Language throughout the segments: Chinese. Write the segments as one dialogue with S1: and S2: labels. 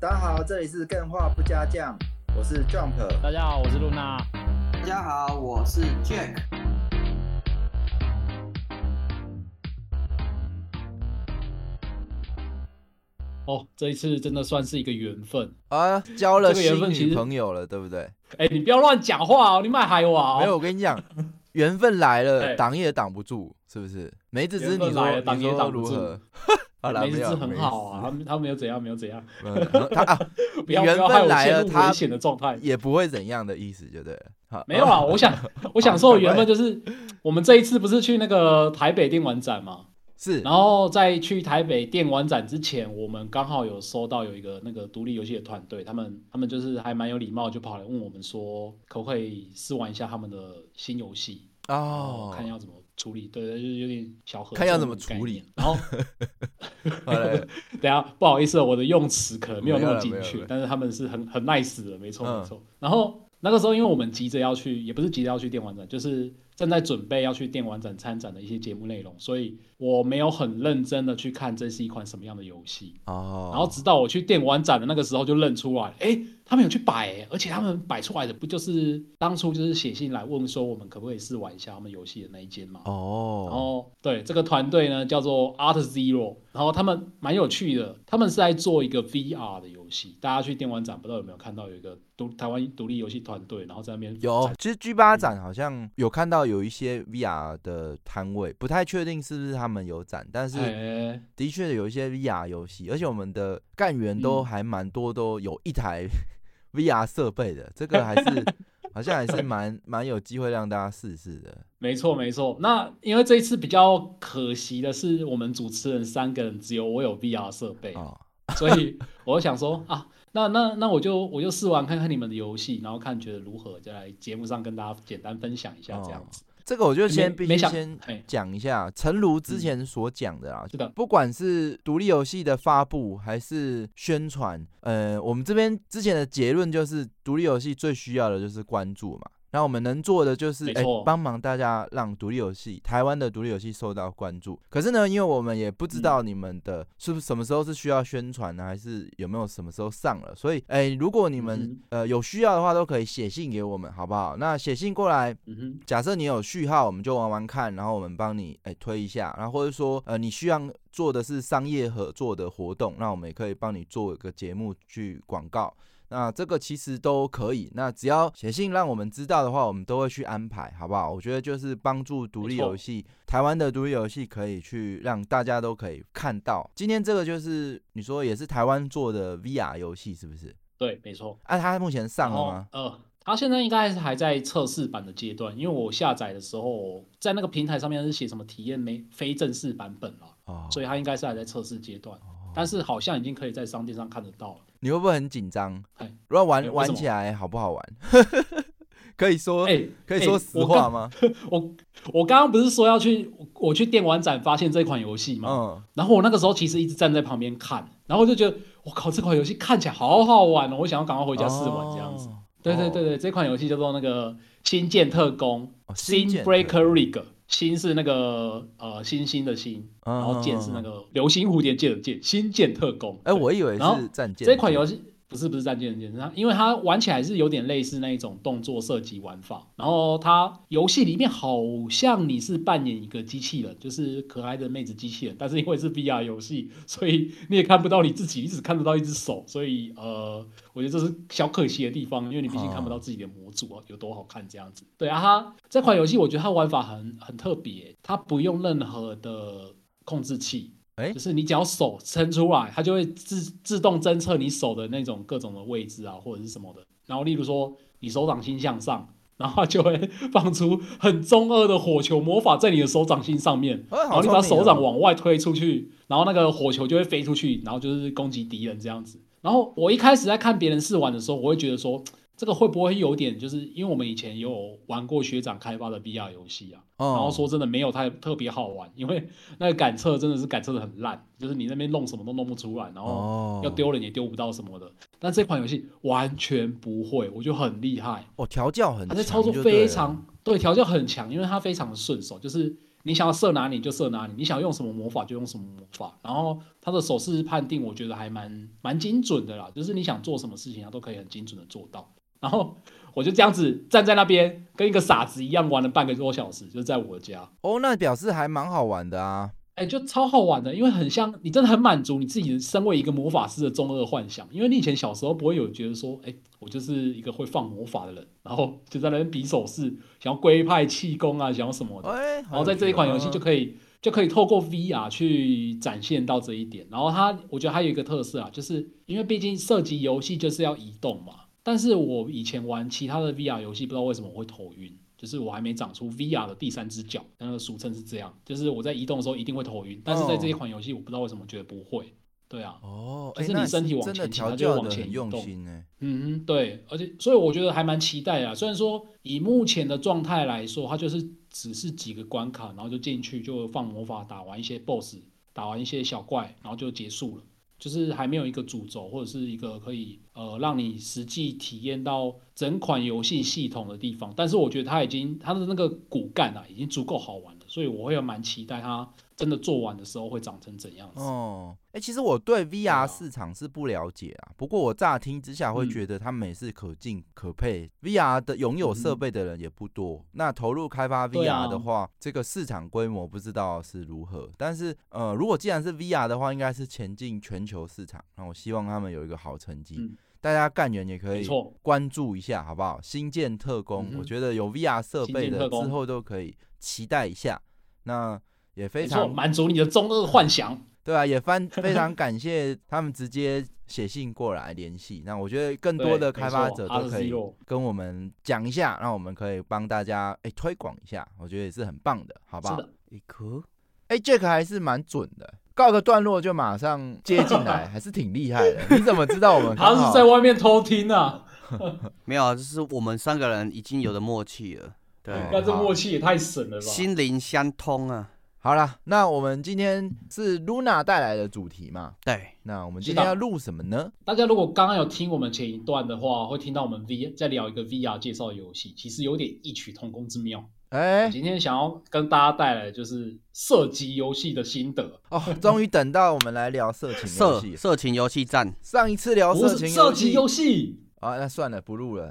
S1: 大家好，这里是更画不加酱，我是 Jump。
S2: 大家好，我是露娜。
S3: 大家好，我是 Jack。
S2: 哦，这一次真的算是一个缘分。
S4: 啊，交了
S2: 这个缘
S4: 新
S2: 分其
S4: 女
S2: 实
S4: 朋友了，对不对？
S2: 哎、你不要乱讲话哦，你卖海娃、哦。
S4: 没有，我跟你讲， 缘分来
S2: 哎
S4: 了，挡也挡不住，是不是？梅子
S2: 缘
S4: 枝，
S2: 分
S4: 你
S2: 来了
S4: 说
S2: 挡
S4: 你
S2: 也
S4: 说
S2: 挡不
S4: 如
S2: 住
S4: 何？好
S2: 哎，
S4: 了，
S2: 梅
S4: 没
S2: 子
S4: 有，
S2: 很好啊，他们他没有怎样，没有怎样。
S4: 没事。 嗯他啊，
S2: 不要不
S4: 缘
S2: 要
S4: 分
S2: 害我
S4: 来
S2: 陷
S4: 了
S2: 入
S4: 他
S2: 危险的状态。
S4: 也不会怎样的意思，就对了。好，哦
S2: 没有啦，啊我 想我想说的缘分就是，我们这一次不是去那个台北电玩展嘛，
S4: 是
S2: 然后在去台北电玩展之前，我们刚好有收到有一个那个独立游戏的团队，他们他们就是还蛮有礼貌，就跑来问我们说，可不可以试玩一下他们的新游戏，
S4: 哦，
S2: 看要怎么处理，对对，就是有点小合作
S4: 看要怎么
S2: 那种概
S4: 处理
S2: 念。然后
S4: 好嘞，
S2: 等一下，不好意思哦，我的用词可能没有那么精
S4: 没有了没有
S2: 确
S4: 了，
S2: 但是他们是很很 nice 的，没错、
S4: 嗯
S2: 没错。然后那个时候，因为我们急着要去，也不是急着要去电玩展，就是正在准备要去电玩展参展的一些节目内容，所以我没有很认真的去看这是一款什么样的游戏。
S4: 哦，
S2: 然后直到我去电玩展的那个时候，就认出来，哎，他们有去摆、诶而且他们摆出来的不就是当初就是写信来问说我们可不可以试玩一下他们游戏的那一间吗？然
S4: 哦，
S2: 后对这个团队呢叫做 Art Zero，然后他们蛮有趣的，他们是在做一个 VR 的游戏。大家去电玩展不知道有没有看到有一个独台湾独立游戏团队，然后在那边
S4: 有，其实 G 八展好像有看到有一些 VR 的摊位，不太确定是不是他们有展，但是
S2: 哎
S4: 的确有一些 VR 游戏，而且我们的干员都
S2: 嗯
S4: 还蛮多，都有一台 VR 设备的，这个还是 好像还是蛮蛮有机会让大家试试的。
S2: 没错没错。那因为这一次比较可惜的是，我们主持人三个人只有我有 VR 设备，
S4: 哦，
S2: 所以我就想说 啊，那那那我就我就试玩看看你们的游戏，然后看觉得如何，再来节目上跟大家简单分享一下这样子。
S4: 这个我哦就先
S2: 没
S4: 必
S2: 没
S4: 须
S2: 想嗯
S4: 先
S2: 哎
S4: 讲一下，诚如之前所讲的啊，
S2: 是的
S4: 不管是独立游戏的发布还是宣传，呃，我们这边之前的结论就是，独立游戏最需要的就是关注嘛。那我们能做的就是，
S2: 没
S4: 哎
S2: 错，
S4: 帮、忙大家让独立游戏，台湾的独立游戏受到关注。可是呢，因为我们也
S2: 嗯
S4: 不知道你们的是不是什么时候是需要宣传呢，还是有没有什么时候上了，所以，哎、如果你们、
S2: 嗯
S4: 呃有需要的话，都可以写信给我们，好不好？那写信过来，
S2: 嗯哼，
S4: 假设你有序号，我们就玩玩看，然后我们帮你哎、推一下，然后或者说呃你需要做的是商业合作的活动，那我们也可以帮你做一个节目去广告。那这个其实都可以，那只要写信让我们知道的话，我们都会去安排，好不好？我觉得就是帮助独立
S2: 没错
S4: 游戏，台湾的独立游戏可以去让大家都可以看到。今天这个就是你说也是台湾做的 VR 游戏，是不是？
S2: 对，没错。
S4: 啊，它目前上
S2: 然
S4: 了
S2: 后
S4: 吗？
S2: 呃，它现在应该是还在测试版的阶段，因为我下载的时候，在那个平台上面是写什么体验没非正式版本了，
S4: 哦，
S2: 所以它应该是还在测试阶段，但是好像已经可以在商店上看得到了。
S4: 你会不会很紧张
S2: 哎？
S4: 如果
S2: 哎为
S4: 玩
S2: 什
S4: 玩
S2: 么
S4: 起来好不好玩？ 可以说、
S2: 哎，
S4: 哦可以
S2: 哎
S4: 说实
S2: 我
S4: 话
S2: 刚
S4: 吗？
S2: 我我刚刚不是说要去我我去电玩展发现这款游戏吗？
S4: 嗯，
S2: 然后我那个时候其实一直站在旁边看，然后我就觉得我靠，这款游戏看起来好好玩哦，我想要赶快回
S4: 回
S2: 家试玩这样子。。对
S4: 哦
S2: 对对对，这款游戏叫做那个《星舰特工》
S4: 哦
S2: 新
S4: 星舰特
S2: Breaker Rig）。星是那个呃星星的星，
S4: 嗯
S2: 然后舰是那
S4: 嗯嗯
S2: 个流星蝴蝶剑的剑，星舰特工。
S4: 哎、
S2: 对
S4: 我以为
S2: 然后
S4: 是战舰。
S2: 这款游戏不是不是战舰的剑，它因为它玩起来是有点类似那一种动作射击玩法，然后它游戏里面好像你是扮演一个机器人，就是可爱的妹子机器人，但是因为是 VR 游戏，所以你也看不到你自己，你只看得到一只手，所以呃，我觉得这是小可惜的地方，因为你毕竟看不到自己的模组啊有多好看这样子。对啊，它这款游戏我觉得它玩法很很特别，它不用任何的控制器，
S4: 哎
S2: 就是你只要手伸出来，它就会自自动侦测你手的那种各种的位置啊，或者是什么的。然后例如说你手掌心向上，然后它就会 放出很中二的火球魔法在你的手掌心上面，
S4: 哎
S2: 然
S4: 好
S2: 后你把
S4: 聪明
S2: 手掌
S4: 哦
S2: 往外推出去，然后那个火球就会飞出去，然后就是攻击敌人这样子。然后我一开始在看别人试玩的时候，我会觉得说。这个会不会有点，就是因为我们以前也有玩过学长开发的 VR 游戏啊，
S4: 嗯，
S2: 然后说真的没有太特别好玩，因为那个感测真的是感测的很烂，就是你那边弄什么都弄不出来，然后
S4: 哦，
S2: 要丢人也丢不到什么的。但这款游戏完全不会，我觉得很厉害，
S4: 哦，调教很
S2: 它
S4: 强，
S2: 在操作非常对调教很强，因为它非常的顺手，就是你想要射哪里就射哪里，你想用什么魔法就用什么魔法。然后它的手势判定，我觉得还蛮蛮精准的啦，就是你想做什么事情，它都可以很精准的做到。然后我就这样子站在那边，跟一个傻子一样玩了半个多小时，就在我家。
S4: 哦，那表示还蛮好玩的啊。
S2: 哎、就超好玩的，因为很像你真的很满足你自己身为一个魔法师的中二幻想，因为你以前小时候不会有觉得说，哎、我就是一个会放魔法的人，然后就在那边比手势，想要龟派气功啊，想要什么的，
S4: 哎、
S2: 然后在这一款游戏就
S4: 以。
S2: 可以就可以透过 VR 去展现到这一点。然后它，我觉得它有一个特色啊，就是因为毕竟涉及游戏就是要移动嘛。但是我以前玩其他的 VR 游戏，不知道为什么我会头晕，就是我还没长出 VR 的第三只脚，那个俗称是这样，就是我在移动的时候一定会头晕，但是在这一款游戏，我不知道为什么觉得不会。对啊，
S4: 哦，
S2: 就
S4: 哎
S2: 是
S4: 那
S2: 你身体往
S4: 真的
S2: 前倾它
S4: 调
S2: 就会
S4: 教
S2: 往
S4: 的
S2: 前
S4: 很
S2: 移
S4: 用
S2: 动
S4: 心欸呢。
S2: 嗯哼，对，而且所以我觉得还蛮期待啊。虽然说以目前的状态来说，它就是只是几个关卡，然后就进去就放魔法，打完一些 BOSS，打完一些小怪，然后就结束了，就是还没有一个主轴或者是一个可以呃让你实际体验到整款游戏系统的地方。但是我觉得它已经它的那个骨干啊，已经足够好玩了，所以我会蛮期待它真的做完的时候会长成怎样子。
S4: 哦，哎、其实我对
S2: 啊
S4: VR 市场是不了解啊，不过我乍听之下会
S2: 嗯
S4: 觉得他们也是可敬可佩。VR 的拥有设
S2: 嗯
S4: 备的人也不多，那投入开发
S2: 对啊
S4: VR 的话，这个市场规模不知道是如何。但是呃，如果既然是 VR 的话，应该是前进全球市场。那我希望他们有一个好成绩，
S2: 嗯
S4: 大家干员也可
S2: 没
S4: 以
S2: 错
S4: 关注一下，好不好？星舰特工，
S2: 嗯哼
S4: 我觉得有 VR 设
S2: 星
S4: 备
S2: 舰
S4: 的
S2: 特
S4: 之
S2: 工
S4: 后都可以期待一下。那也非
S2: 没错，
S4: 常
S2: 满足你的中二幻想。
S4: 对啊，也非 非常感谢他们直接写信过来联系。那我觉得更多
S2: 对
S4: 的
S2: 没
S4: 开发
S2: 错
S4: 者都可以
S2: R0
S4: 跟我们讲一下，让我们可以帮大家哎、推广一下，我觉得也是很棒的，好不好
S2: 是的？
S4: 一颗哎，Jack 还是蛮准的，告个段落就马上接进 来，还是挺厉害的。你怎么知道我们刚
S2: 他
S4: 好
S2: 是在外面偷听啊。
S5: 没有啊，就是我们三个人已经有的默契了，对，
S4: 哦
S2: 那这默契也太神了吧！
S5: 心灵相通啊，
S4: 好了？那我们今天是 Luna 带来的主题嘛？
S5: 对，
S4: 那我们
S2: 是
S4: 今天
S2: 的
S4: 要录什么呢？
S2: 大家如果刚刚有听我们前一段的话，会听到我们 V 在聊一个 VR 介绍的游戏，其实有点异曲同工之妙。
S4: 哎、
S2: 我今天想要跟大家带来的就是射击游戏的心得，
S4: 哦，终于等到我们来聊色情游
S5: 色
S4: 戏了。
S5: 色情游戏站，
S4: 上一次聊
S2: 不
S4: 色
S2: 是
S4: 情
S2: 射
S4: 哦游
S2: 击
S4: 戏
S2: 游戏。
S4: 啊，那算了，不录了。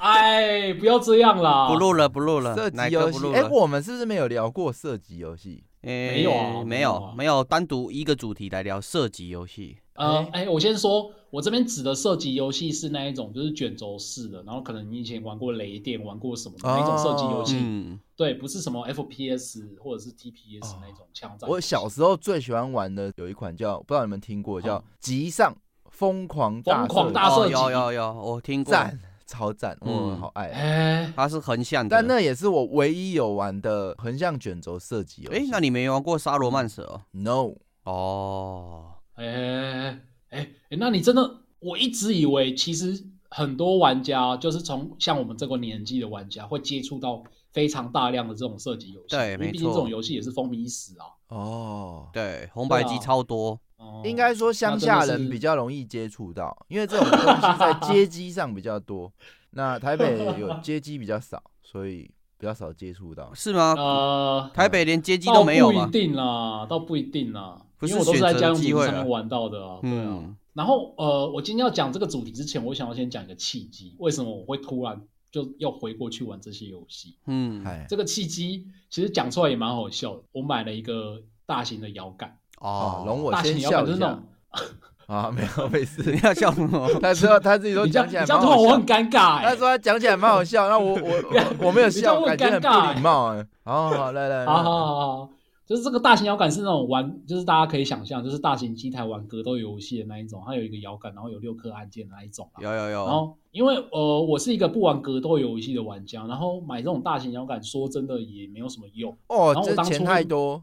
S2: 哎，不要这样啦！
S5: 不录了不录了，
S4: 射
S5: 哪
S4: 击
S5: 个嗯
S4: 游
S5: 不
S4: 戏
S5: 录，
S4: 哎、
S5: 了？
S4: 我们是不是没有聊过射击游戏？
S5: 诶
S2: 没有啊
S5: 没
S2: 没有
S5: 有
S2: 啊
S5: 没有单独一个主题来聊射击游戏，
S2: 呃，哎、我先说，我这边指的射击游戏是那一种，就是卷轴式的，然后可能你以前玩过雷电，玩过什么的那一种射击游戏，
S5: 嗯，
S2: 对，不是什么 FPS 或者是 TPS
S4: 哦
S2: 那一种枪战游戏。
S4: 我小时候最喜欢玩的有一款叫，不知道你们听过，叫《
S2: 嗯
S4: 极上疯狂大
S2: 疯狂
S4: 射击
S2: 大射
S5: 哦
S2: 击
S5: 有有有，我听过，
S4: 赞，超赞，我
S5: 嗯
S4: 好爱啊。
S2: 哎、
S5: 它是横向的，
S4: 但那也是我唯一有玩的横向卷轴射击游戏。
S5: 诶，那你没玩过沙罗曼蛇哦？
S4: No，
S5: 哦，
S2: 哎哎哎，哎那你真的，我一直以为其实很多玩家就是从像我们这个年纪的玩家会接触到非常大量的这种射击游戏，
S5: 对
S2: 因
S5: 没
S2: 为毕竟这
S5: 错
S2: 种游戏也是风靡一时啊。
S4: 哦，
S5: 对，红白
S2: 对
S5: 机
S2: 啊
S5: 超多，
S2: 哦
S4: 应该说乡下人比较容易接触到，因为这种东西在街机上比较多，那台北有街机比较少，所以比较少接触到。
S5: 是吗？
S2: 呃，
S5: 台北连街机
S2: 倒
S5: 都没有
S2: 不
S5: 吗
S2: 一？定啦，倒不一定啦，
S5: 不
S2: 因
S5: 是
S2: 为我都是
S5: 选
S2: 在
S5: 择
S2: 家用
S5: 的
S2: 主
S5: 机
S2: 机
S5: 会
S2: 上
S5: 啊
S2: 面玩到的啊。对啊，
S5: 嗯，
S2: 然后呃，我今天要讲这个主题之前，我想要先讲一个契机，为什么我会突然就要回过去玩这些游戏？
S5: 嗯，
S4: 哎，
S2: 这个契机其实讲出来也蛮好笑的。我买了一个大型的摇杆，
S4: 哦，容我
S2: 大型的
S4: 先
S2: 摇杆
S4: 笑
S2: 就
S4: 一
S2: 是那
S4: 下
S2: 种，
S4: 啊，没有没事
S5: 你。要笑什么？
S4: 他知道他自己都
S2: 你这
S4: 讲
S2: 样
S4: 起来
S2: 你这
S4: 蛮
S2: 样突
S4: 好
S2: 然我
S4: 笑
S2: 很，尴尬、欸。
S4: 他说他讲起来蛮好笑，那我 我我我没有
S2: 你这样
S4: 笑，
S2: 我
S4: 感
S2: 很
S4: 觉很
S2: 尴尬
S4: 不礼貌啊。好好，来来，
S2: 好
S4: 来
S2: 好好好，就是这个大型摇杆是那种玩，就是大家可以想象，就是大型机台玩格斗游戏的那一种，它有一个摇杆，然后有六颗按键的那一种啦。
S5: 有有
S2: 然
S5: 有，
S2: 后，因为呃，我是一个不玩格斗游戏的玩家，然后买这种大型摇杆，说真的也没有什么用。
S4: 哦
S2: 然后，我
S4: 这
S2: 当
S4: 钱
S2: 初
S4: 太多，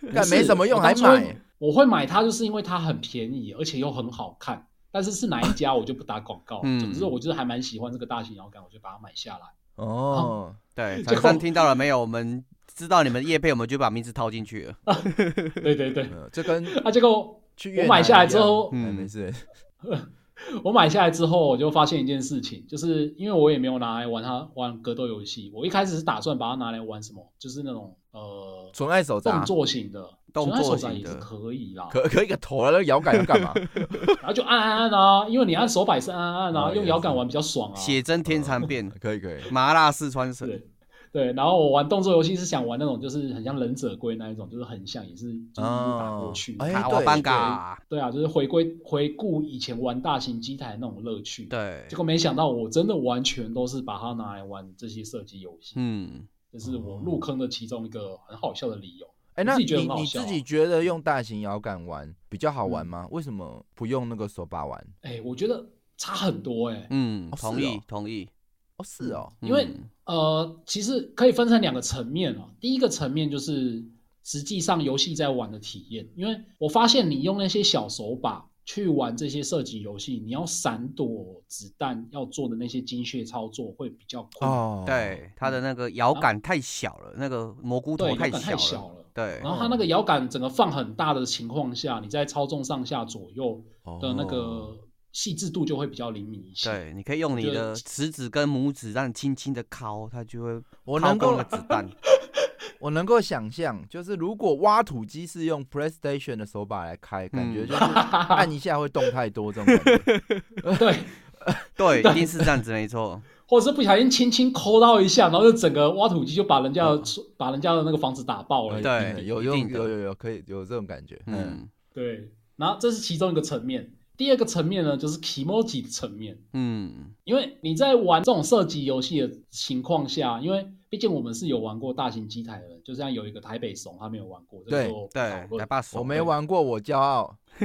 S2: 不
S4: 干
S2: 是
S4: 没什么用还。
S2: 我当初
S4: 买
S2: 会我会买它，就是因为它很便宜，而且又很好看。但是是哪一家我就不打广告。
S5: 嗯
S2: 总之我就是还蛮喜欢这个大型摇杆，我就把它买下来。
S4: 哦。
S5: 对，
S2: 结
S5: 厂
S2: 果
S5: 商听到了没有？我们知道你们叶配，我们就把名字套进去了。
S2: 对对对
S4: 没，有这跟
S2: 啊，结果
S4: 去
S2: 我
S4: 越南
S2: 买下来之
S4: 一样
S2: 后
S4: 哎
S5: 嗯
S4: 没事，
S2: 我买下来之后，我就发现一件事情，就是因为我也没有拿来玩它玩格斗游戏，我一开始是打算把它拿来玩什么，就是那种呃
S4: 纯爱手
S2: 动
S4: 札，
S2: 作型的，
S5: 动
S2: 纯爱手
S5: 作
S2: 札
S5: 型
S2: 也是
S5: 的
S2: 可以啦，
S4: 可可以个头啊了，那个摇杆要 干嘛？
S2: 然后就按按按啊，因为你按手摆是按按按啊，
S4: 哦
S2: 用
S4: 也
S2: 摇杆
S4: 是
S2: 玩比较爽啊。
S5: 写真天蚕变，
S4: 可以可以，
S5: 麻辣四川省，
S2: 对对，然后我玩动作游戏是想玩那种就是很像忍者龟那一种，就是很像也是 就是一路打过去。
S4: 哦哎
S5: 卡
S4: 对
S5: 瓦班嘎，
S2: 对啊，就是回归回顾以前玩大型机台那种乐趣。，
S5: 对
S2: 结，果没想到我真的完全都是把它拿来玩这些射击游戏，
S5: 嗯，
S2: 这是我
S4: 哦
S2: 入坑的其中一个很好笑的理由。
S4: 哎，那
S2: 自己觉得
S4: 你
S2: 很好
S4: 你
S2: 笑
S4: 自
S2: 啊嗯
S4: 己觉得用大型摇杆玩比较好玩吗？为什么不用那个手把玩？
S2: 哎，我觉得差很多哎、
S5: 嗯，
S4: 哦是
S5: 同意
S4: 哦
S5: 同意，
S4: 哦，是哦，
S2: 因为
S5: 嗯
S2: 呃，其实可以分成两个层面啊。第一个层面就是实际上游戏在玩的体验，因为我发现你用那些小手把去玩这些射击游戏，你要闪躲子弹要做的那些精确操作会比较困难。
S4: 哦，，
S5: 对，它的那个摇杆太小了，那个蘑菇
S2: 对，
S5: 头
S2: 摇杆太
S5: 小
S2: 小
S5: 了，
S2: 了。
S5: 对
S2: 然，后它那个摇杆整个放很大的情况下，你在操纵上下左右的那
S4: 哦
S2: 个细致度就会比较灵敏一些。
S5: 对，你可以用你
S2: 我觉得
S5: 的食指跟拇指，让你轻轻的敲，它就会
S4: 我
S5: 掏
S4: 能
S5: 空
S4: 够
S5: 了子弹。
S4: 我能够想象，就是如果挖土机是用 PlayStation 的手把来开，感觉
S5: 嗯
S4: 就是 按一下会动太多这种感觉。
S2: 对，
S5: 对，一定是这样子，没错。
S2: 或者是不小心轻轻抠到一下，然后就整个挖土机就把人家的、把人家的那个房子打爆了。
S5: 嗯对
S4: 一定的哎有
S5: 一
S4: 有
S5: 定的
S4: 有有有可以有这种感觉。嗯，
S5: 嗯
S2: 对，然后这是其中一个层面。第二个层面呢，就是 emoji 的层面，
S5: 嗯，
S2: 因为你在玩这种射击游戏的情况下，因为毕竟我们是有玩过大型机台的人，就像有一个台北怂，他没有玩过，这个
S4: 对
S2: 就不讨
S5: 对，来
S2: 论。
S5: 把手，
S4: 我没玩过，我骄傲。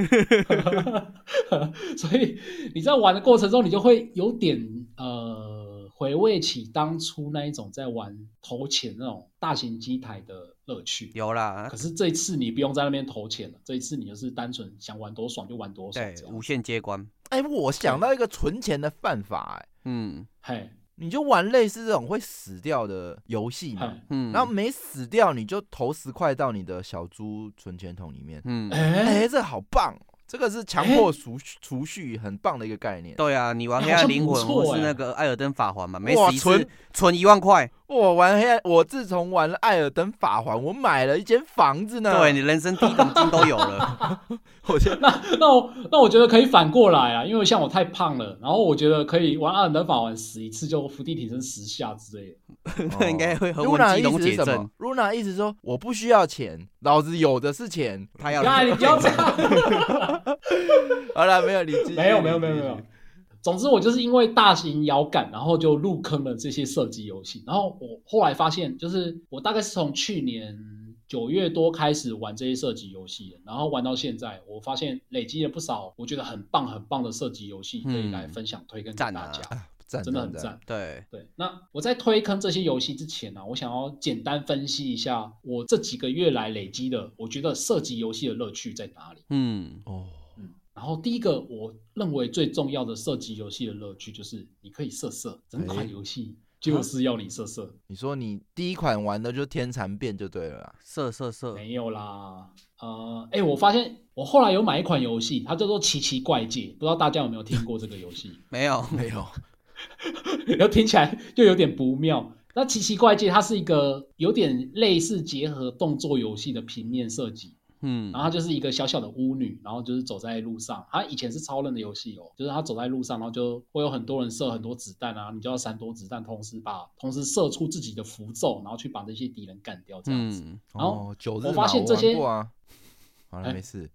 S2: 所以你在玩的过程中，你就会有点呃回味起当初那一种在玩投钱那种大型机台的乐趣。
S5: 有啊啦
S2: 可，是这一次你不用在那边投钱了，这一次你就是单纯想玩多爽就玩多爽
S5: 对
S2: 这，样
S5: 无。限接关。
S4: 哎，我想到一个存钱的办法，哎，
S5: 嗯
S2: 嘿，
S4: 你就玩类似这种会死掉的游戏
S2: 嘿
S4: 嘛，
S5: 嗯，
S4: 然后没死掉你就投十块到你的小猪存钱桶里面。
S5: 嗯，
S2: 哎、
S4: 哎，这好棒哦！这个是强迫储储蓄，很棒的一个概念。
S5: 对啊，你玩
S2: 哎
S5: 黑
S2: 好
S5: 暗
S2: 像
S5: 灵
S2: 不
S5: 魂
S2: 错
S5: 或是
S2: 哎
S5: 那个艾尔登法环嘛，每
S4: 哇
S5: 死一次
S4: 存
S5: 存一万块，
S4: 我玩黑暗，我自从玩了《艾尔登法环》，我买了一间房子呢。
S5: 对你人生第一桶金都有了。
S4: 我现在
S2: 那那我那我觉得可以反过来啊，因为像我太胖了，然后我觉得可以玩二等法玩十一次就伏地挺身十下之类的。
S5: 那应该会和
S4: Luna
S5: 文基
S4: 的意
S5: 龙
S4: 思是
S5: 解
S4: 什么
S5: 症，
S4: ？Luna 意思说我不需要钱，老子有的是钱。
S5: 他 要
S2: 哎，你不要这样，
S4: 好了，没有你继续
S2: 没有没有
S4: 你继
S2: 没
S4: 续
S2: 有没有。总之，我就是因为大型摇杆，然后就入坑了这些射击游戏。然后我后来发现，就是我大概是从去年九月多开始玩这些射击游戏的，然后玩到现在，我发现累积了不少我觉得很棒很棒的射击游戏，可以来分享推荐给大
S5: 赞
S2: 家
S5: 啊，
S4: 赞
S2: 真的很
S4: 赞
S2: 赞。
S5: 对，
S2: 嗯对，那我在推坑这些游戏之前啊呢、我想要简单分析一下我这几个月来累积的，我觉得射击游戏的乐趣在哪里。
S5: 嗯
S4: 哦，
S2: 然后第一个，我认为最重要的射击游戏的乐趣就是你可以射射，整
S4: 哎嗯
S2: 款游戏就是要你射射，
S4: 你说你第一款玩的就天蚕变就对了啦。
S5: 射射射，
S2: 没有啦。呃，哎，我发现我后来有买一款游戏，它叫做《奇奇怪界》，不知道大家有没有听过这个游戏？
S5: 没有，
S4: 没有，
S2: 然后听起来就有点不妙。那奇奇怪界它是一个有点类似结合动作游戏的平面设计，
S5: 嗯
S2: 然后她就是一个小小的巫女，然后就是走在路上。她以前是超人的游戏哦，就是她走在路上，然后就会有很多人射很多子弹啊，你就要闪躲子弹，同时把同时射出自己的符咒，然后去把那些敌人干掉这样子。
S5: 嗯，
S2: 然后
S4: 哦九日
S2: 我
S4: 嘛
S2: 发现这些
S4: 我玩过啊。好了，
S2: 哎
S4: 没事。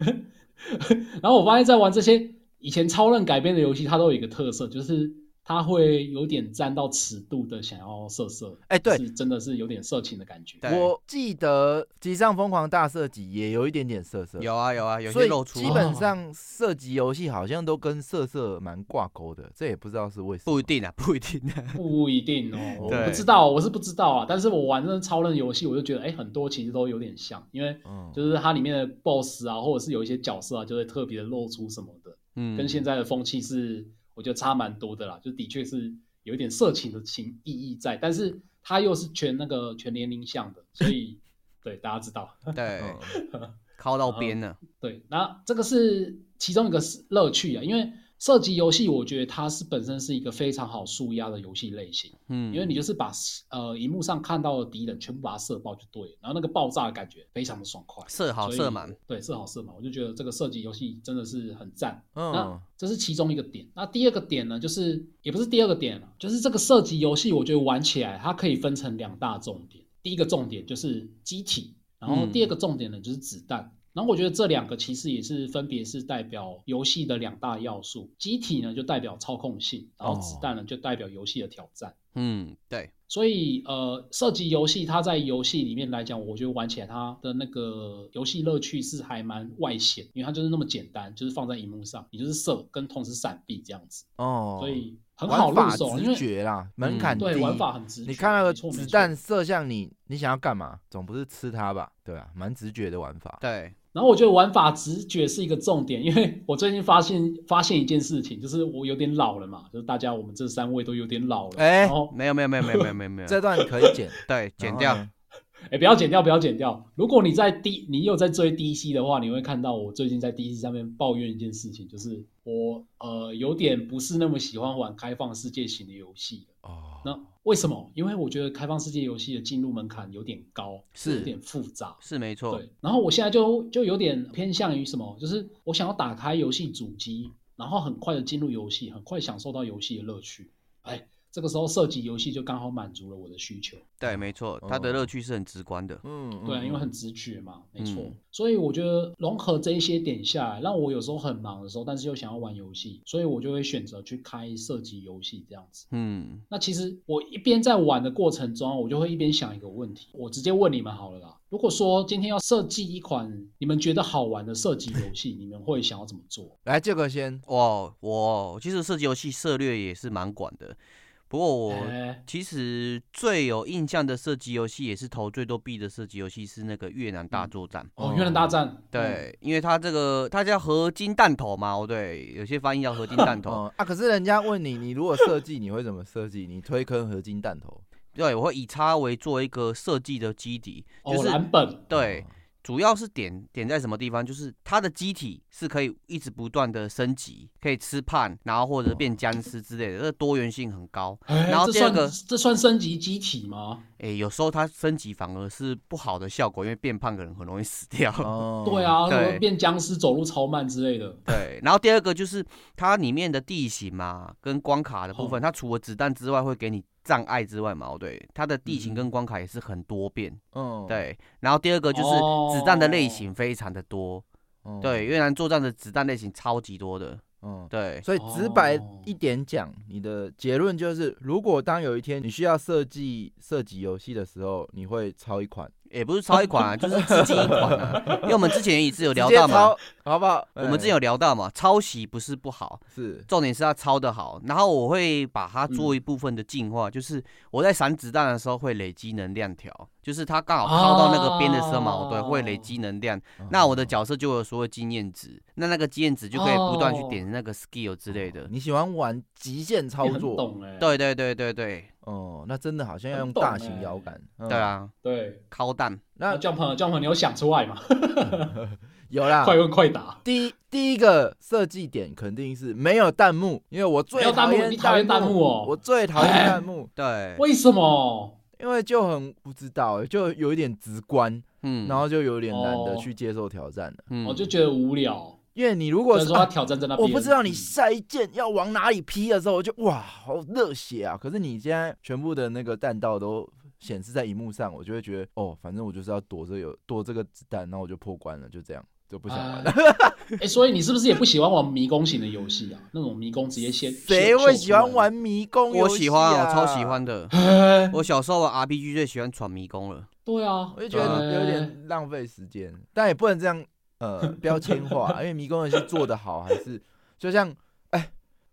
S2: 然后我发现，在玩这些以前超人改编的游戏，它都有一个特色，就是它会有点沾到尺度的想要射射，
S4: 哎对
S2: 就是真的是有点色情的感觉。
S5: 对
S4: 我记得《极上疯狂大射击》也有一点点色色，
S5: 有啊有啊，有
S4: 所
S5: 些
S4: 以
S5: 露出
S4: 基本上射击游戏好像都跟色色蛮挂钩的，这也不知道是为什么。
S5: 不一定啊，不一定啊，
S2: 不一定哦，我
S5: 对
S2: 不知道，我是不知道啊。但是我玩那超人游戏，我就觉得，哎，很多其实都有点像，因为
S4: 嗯
S2: 就是它里面的 BOSS 啊，或者是有一些角色啊，就会特别的露出什么的，
S5: 嗯，
S2: 跟现在的风气是，我觉得差蛮多的啦。就的确是有一点色情的情意义在，但是它又是全那个全年龄向的，所以对大家知道，
S5: 对
S4: 嗯
S5: 靠到边了，
S2: 对，那这个是其中一个是乐趣啊，因为射击游戏，我觉得它是本身是一个非常好舒压的游戏类型，
S5: 嗯，
S2: 因为你就是把呃荧幕上看到的敌人全部把它射爆就对了，然后那个爆炸的感觉非常的爽快，
S5: 射好
S2: 所以
S5: 射满，
S2: 对，射好射满，我就觉得这个射击游戏真的是很赞。那
S4: 嗯，
S2: 这是其中一个点。那第二个点呢，就是也不是第二个点了，啊就是这个射击游戏，我觉得玩起来它可以分成两大重点。第一个重点就是机体，然后
S5: 嗯
S2: 第二个重点呢就是子弹。然后我觉得这两个其实也是分别是代表游戏的两大要素，机体呢就代表操控性，然后
S5: 哦
S2: 子弹呢就代表游戏的挑战。
S5: 嗯，对，
S2: 所以呃，射击游戏它在游戏里面来讲，我觉得玩起来它的那个游戏乐趣是还蛮外显，因为它就是那么简单，就是放在荧幕上，你就是射跟同时闪避这样子，
S4: 哦，
S2: 所以很好
S4: 玩
S2: 入
S4: 法
S2: 手，因
S4: 直
S2: 为
S4: 觉啦，门
S5: 嗯
S4: 槛低。
S2: 对玩法很直觉。
S4: 你看那个
S2: 没错
S4: 子，
S2: 没
S4: 弹
S2: 错
S4: 射向你，你想要干嘛？总不是吃它吧？对啊，蛮直觉的玩法。
S5: 对，
S2: 然后我觉得玩法直觉是一个重点，因为我最近发现发现一件事情，就是我有点老了嘛，就是大家我们这三位都有点老了，
S4: 哎
S2: 然后
S5: 没有没有没有没有没有没
S2: 啊
S5: 有没有，
S4: 这段 可以剪，
S5: 对剪
S4: 然后
S5: 掉
S4: 呢。
S2: 哎，不要剪掉，不要剪掉。如果你在 D，你有在追 DC 的话，你会看到我最近在 DC 上面抱怨一件事情，就是我呃有点不是那么喜欢玩开放世界型的游戏了
S4: 哦，
S2: 那为什么？因为我觉得开放世界游戏的进入门槛有点高，
S5: 是
S2: 有点复杂。
S5: 是没错
S2: 对，，然后我现在就就有点偏向于什么，就是我想要打开游戏主机，然后很快的进入游戏，很快享受到游戏的乐趣。哎，这个时候射击游戏就刚好满足了我的需求。
S5: 对，没错，它的乐趣是很直观的。
S4: 嗯，
S2: 对啊，
S4: 嗯
S2: 因为
S4: 嗯
S2: 很直觉嘛，没错。
S5: 嗯
S2: 所以我觉得融合这一些点下来，让我有时候很忙的时候，但是又想要玩游戏，所以我就会选择去开射击游戏这样子。
S5: 嗯，
S2: 那其实我一边在玩的过程中，啊我就会一边想一个问题，我直接问你们好了啦。如果说今天要设计一款你们觉得好玩的射击游戏，你们会想要怎么做？
S4: 来这个先，
S5: 哇，我其实射击游戏策略也是蛮广的，不过我
S2: 哎
S5: 其实最有印象的射击游戏，也是投最多币的射击游戏是那个越南大作战。
S2: 哦，越南大战，嗯，
S5: 对，因为它这个它叫合金弹头嘛，哦对，有些翻译叫合金弹 头。
S4: 哦啊，可是人家问你，你如果设计，你会怎么设计？你推坑合金弹头，
S5: 对，我会以它为做一个设计的基底，就
S2: 哦，
S5: 是
S2: 蓝本，
S5: 对，主要是点点在什么地方，就是它的机体是可以一直不断的升级，可以吃胖，然后或者变僵尸之类的，这多元性很高。
S2: 哎
S5: 然后
S2: 这
S5: 第
S2: 算
S5: 二个，
S2: 这算升级机体吗？
S5: 诶，有时候它升级反而是不好的效果，因为变胖可能很容易死掉。
S4: 哦
S2: 对，啊，什
S5: 对
S2: 么变僵尸走路超慢之类的。
S5: 对，然后第二个就是它里面的地形嘛，跟关卡的部分，它除了子弹之外会给你障碍之外嘛，哦对，它的地形跟关卡也是很多变。
S4: 嗯，
S5: 对，然后第二个就是子弹的类型非常的多，
S4: 嗯
S5: 对，，越南作战的子弹类型超级多的，
S4: 嗯，
S5: 对，
S4: 所以直白
S2: 哦
S4: 一点讲，你的结论就是，如果当有一天你需要设计射击游戏的时候，你会抄一款，
S5: 也不是抄一款 啊，就是致敬一款啊。因为我们之前也是有聊
S4: 直接
S5: 到嘛
S4: 抄，，好不好？
S5: 我们之前
S4: 哎
S5: 有聊到嘛，抄袭不是不好，
S4: 是
S5: 重点是要抄的好。然后我会把它做一部分的进
S4: 嗯
S5: 化，就是我在闪子弹的时候会累积能量条，就是它刚好靠到那个边的时候嘛，我对会累积能量，
S4: 哦嗯
S5: 那我的角色就有所谓经验值，那那个经验值就可以不断去点那个 skill 之类的。
S4: 你喜欢玩极限操
S2: 你很
S4: 作，
S2: 懂哎，
S5: 对对对对对
S4: 哦，那真的好像要用
S2: 很懂
S4: 大
S2: 欸
S4: 型摇杆，嗯
S5: 对，啊，
S2: 对，
S5: 敲蛋，
S2: 那
S4: 那
S2: j u m p j u m p 你有想出来吗？
S4: 有啦，
S2: 快问快答。
S4: 第一第一个设计点肯定是没有弹幕，因为我最
S2: 没有弹
S4: 讨
S2: 幕
S4: 厌
S2: 你讨厌弹幕哦
S4: 我最讨厌
S2: 哎
S4: 弹幕，
S5: 对，
S2: 为什么？
S4: 因为就很不知道欸，就有一点直观，
S5: 嗯
S4: 然后就有点难的
S2: 哦
S4: 去接受挑战了。
S5: 嗯
S2: 我就觉得无聊。
S4: 因为你如
S2: 或
S4: 果
S2: 者
S4: 是
S2: 说他
S4: 啊
S2: 挑战在那边，
S4: 我不知道你
S2: 嗯
S4: 下一件要往哪里劈的时候，我就哇，好热血啊！可是你现在全部的那个弹道都显示在荧幕上，我就会觉得哦，反正我就是要躲这有躲这个子弹，然后我就破关了，就这样，就不想
S5: 啊
S4: 玩了。
S2: 哎、哎所以你是不是也不喜欢玩迷宫型的游戏啊？那种迷宫直接先
S4: 谁会喜欢玩？迷宫、
S5: 啊
S4: 啊
S5: 我喜欢，我超喜。欢的。
S2: 哎，
S5: 我小时候玩 RPG 最喜欢闯迷宫了。
S2: 对啊，
S4: 我就觉得有点浪费时间，但也不能这样呃标签化，因为迷宫游戏做得好还是就像哎、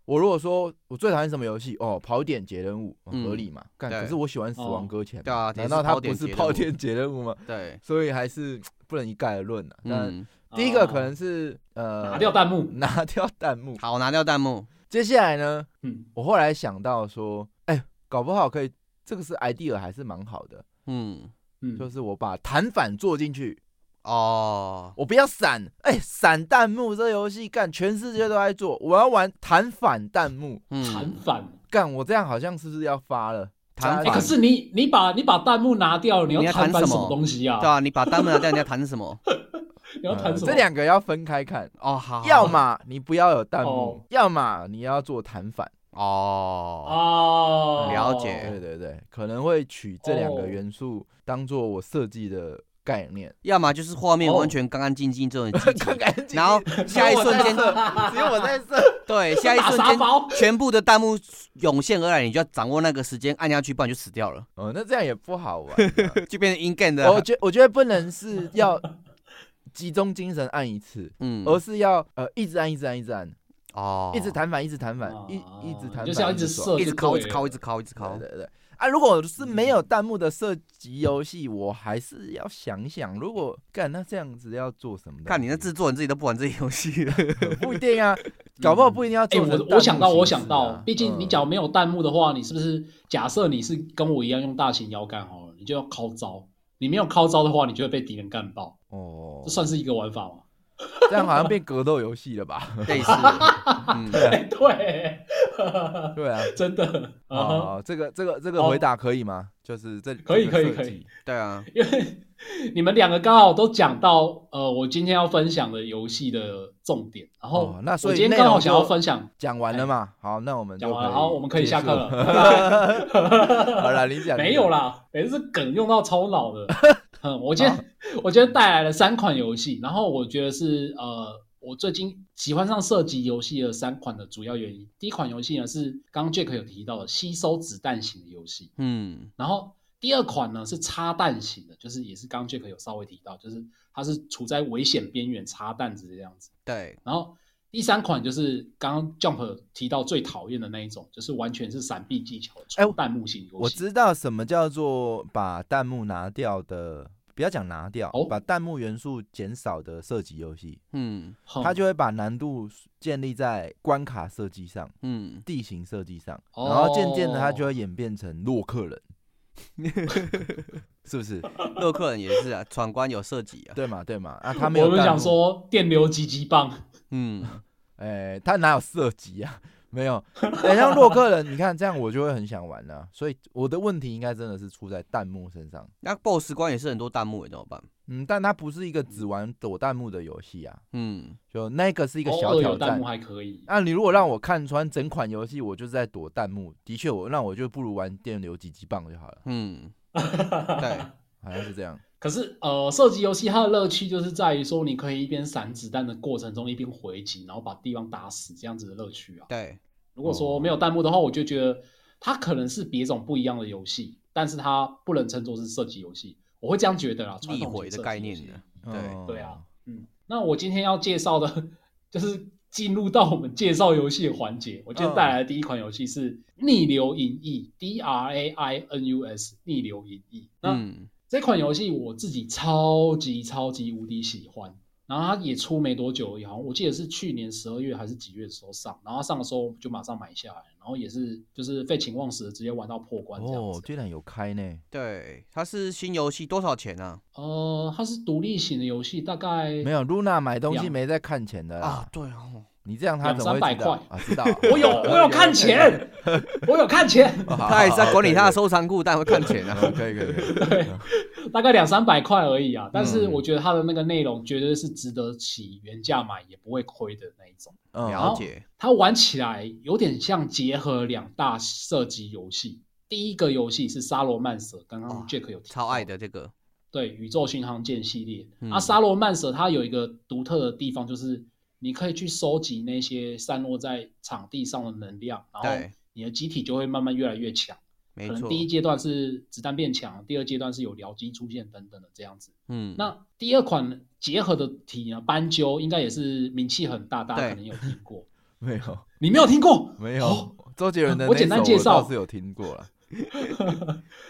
S4: 我如果说我最讨厌什么游戏哦，跑点解任务、哦
S5: 嗯
S4: 合理嘛，干、
S5: 对
S4: 可是我喜欢死亡搁浅嘛、
S5: 对啊也
S4: 难
S5: 是
S4: 道它
S5: 跑点
S4: 不是
S5: 解任务
S4: 跑点解任务吗？
S5: 对，
S4: 所以还是不能一概而论啊。那、
S5: 嗯，
S4: 第一个可能是、呃
S2: 哎啊拿掉弹幕，
S4: 拿掉弹幕，
S5: 好，拿掉弹幕。
S4: 接下来呢，
S2: 嗯，
S4: 我后来想到说，哎、搞不好可以，这个是 idea 还是蛮好的，
S5: 嗯，
S2: 嗯
S4: 就是我把弹反做进去。
S5: 哦，
S4: 我不要闪，哎、闪弹幕这游戏干，全世界都在做，我要玩弹反弹幕，
S2: 弹
S5: 嗯，
S2: 反。
S4: 干，我这样好像是不是要发了？
S5: 弹
S2: 哎、
S5: 反
S2: 可是你你把你把弹幕拿掉，你要
S5: 你要
S2: 弹
S5: 弹
S2: 反
S5: 什
S2: 什
S5: 么
S2: 东西啊？
S5: 对啊，你把单门拿掉，你要谈什么？
S2: 你要弹
S4: 呃
S2: 什么？
S4: 这两个要分开看，
S5: 哦，好，好
S4: 要
S5: 好
S4: 么你不要有弹幕
S2: 哦，
S4: 要么你要做弹反。
S5: 哦，
S2: 哦，
S5: 了解
S4: 对对对，可能会取这两个
S2: 哦
S4: 元素当做我设计的概 念，
S5: 要么就是画面
S2: 哦
S5: 完全干干净净这种 机体
S4: 看看今天
S5: 然后下一瞬间，
S4: 只有我在设，
S5: 对，下一
S2: 打
S5: 瞬
S2: 沙
S5: 间
S2: 包，
S5: 全部的弹幕涌现而来，你就要掌握那个时间，按下去，不然就死掉 了，
S4: 哦，那这样也不好玩啊。
S5: 就变成 in game
S4: 我
S5: 的。
S4: 觉我觉得不能是要集中精神按一次，
S5: 嗯
S4: 而是要呃一直按一直按一直按，
S5: 哦
S4: 一直弹反一直弹反
S2: 哦
S4: 一一直弹反，
S2: 就是要一直
S4: 爽
S2: 射嗯
S5: 一直敲，一直
S2: 对
S5: 敲，一直敲，一直敲
S4: 对。对对。啊，如果是没有弹幕的射击游戏，我还是要想一想，如果干那这样子要做什么东西？
S5: 看你那制作人自己都不玩这游戏了，
S4: 不一定啊，搞不好不一定要
S2: 哎、
S4: 做成弹幕形式啊、
S2: 我我想到，我想到，毕竟你
S4: 嗯
S2: 假如没有弹幕的话，你是不是假设你是跟我一样用大型摇杆好了，你就要靠招。你没有靠招的话，你就会被敌人干爆，
S4: 哦
S2: 这，算是一个玩法吗？
S4: 这样好像变格斗游戏了吧？
S5: 类似。嗯，
S2: 哎对，
S4: 对啊，
S2: 真的啊哈，
S4: 哦，这个这个这个
S2: 哦
S4: 回答可以吗？就是这
S2: 可以
S4: 这个
S2: 可以
S4: 设
S2: 可以
S4: 计
S5: 对啊，
S2: 因为你们两个刚好都讲到呃，我今天要分享的游戏的重点，然后、
S4: 哦那所以
S2: 我今天刚好想要分享，
S4: 讲完了嘛？好，那我们就
S2: 哎讲完了
S4: 以
S2: 好我们可以
S4: 结
S2: 下
S4: 束
S2: 课了
S4: 好了，你讲
S2: 没有，啦，每次梗用到超老 的。嗯，我今
S4: 啊
S2: 天 我今天带来了三款游戏，然后我觉得是呃，我最近喜欢上射击游戏的三款的主要原因。第一款游戏呢是刚刚 Jack 有提到的吸收子弹型的游戏，
S5: 嗯，
S2: 然后第二款呢是插弹型的，就是也是刚刚 Jack 有稍微提到，就是它是处在危险边缘插弹子这样子。
S5: 对，
S2: 然后第三款就是刚刚 Jump 提到最讨厌的那一种，就是完全是闪避技巧的
S4: 哎
S2: 纯弹幕型游戏。
S4: 我知道什么叫做把弹幕拿掉的。不要讲拿掉，
S2: 哦
S4: 把弹幕元素减少的射击游戏，
S5: 嗯
S2: 哼
S4: 它就会把难度建立在关卡设计上、
S5: 嗯，
S4: 地形设计上，
S2: 哦
S4: 然后渐渐的它就会演变成洛 克人，是不是？
S5: 洛克人也是啊，闯关有射击啊。
S4: 对嘛对嘛啊，他没有
S2: 我们
S4: 弹
S2: 想
S4: 幕，
S2: 说电流击击棒，
S5: 嗯，
S4: 哎、他哪有射击啊？ 没有，哎，像洛克人，你看这样我就会很想玩了、啊所以我的问题应该真的是出在弹幕身上。
S5: 那 BOSS 关也是很多弹幕，怎么办？
S4: 嗯，但它不是一个只玩躲弹幕的游戏啊，
S5: 嗯，
S4: 就那个是一
S2: 一
S4: 个小挑
S2: 有弹
S4: 战
S2: 幕。还可以。
S4: 那、你如果让我看穿整款游戏，我就是在躲弹幕。的确我，那我就不如玩电流狙击棒就好了，
S5: 嗯，对，
S4: 好像是这样。
S2: 可是呃，射击游戏它的乐趣就是在于说，你可以一边闪子弹的过程中一边回击，然后把对方打死这样子的乐趣啊。
S5: 对，
S2: 如果
S4: 哦
S2: 说没有弹幕的话，我就觉得它可能是别种不一样的游戏，但是它不能称作是射击游戏，我会这样觉得啦。传
S5: 立
S2: 统型
S5: 毁的
S2: 射击
S5: 概
S2: 游
S5: 念
S2: 戏
S5: 的，
S4: 哦
S2: 对啊，嗯，那我今天要介绍的， 就是进入到我们介绍游戏的环节。我今天带来的第一款游戏是《逆流银翼》（D R A I N U S），逆流银翼。那、
S5: 嗯
S2: 这款游戏我自己超级超级无敌喜欢，然后它也出没多久而已，好像我记得是去年十二月还是几月的时候上，然后它上的时候就马上买下来，然后也是就是废寝忘食的直接玩到破关这样
S4: 哦
S2: 子，。
S4: 居然有开呢，
S5: 对，它是新游戏，多少钱啊？
S2: 呃，它是独立型的游戏，大概
S4: 没有露娜买东西
S2: 两
S4: 没在看钱的啦。
S5: 啊，对哦，
S4: 你这样他
S2: 两
S4: 怎么会
S2: 三
S4: 知
S2: 百
S4: 道
S2: 块
S4: 啊？知道啊，
S2: 我 有，我有看钱，我有看钱，
S4: 哦，
S5: 他
S4: 他
S5: 也是在管理他的收藏库，但会看钱啊。
S4: 可以可以可以。
S2: 对，大概两三百块而已
S5: 嗯
S2: 啊。但是我觉得它的那个内容绝对是值得起原价买，也不会亏的那一种。
S4: 嗯
S5: 了解，
S2: 它玩起来有点像结合两大射击游戏。第一个游戏是《沙罗曼蛇》，刚
S5: 哦
S2: 刚 Jack 有提到
S5: 超爱的这个，
S2: 对宇宙巡航舰系列。
S5: 嗯
S2: 啊，沙罗曼蛇它有一个独特的地方，就是你可以去收集那些散落在场地上的能量，然后
S5: 对
S2: 你的机体就会慢慢越来越强。
S5: 没
S2: 可能
S5: 错。
S2: 第一阶段是子弹变强，第二阶段是有僚机出现等等的这样子。
S5: 嗯，
S2: 那第二款结合的题呢，斑鸠应该也是名气很大，大家
S5: 对
S2: 可能有听过。
S4: 没有
S2: 你没有听过？
S4: 没有
S2: 哦，
S4: 周杰伦的
S2: 我
S4: 那
S2: 简单
S4: 首
S2: 介
S4: 我倒
S2: 绍
S4: 是有听过了。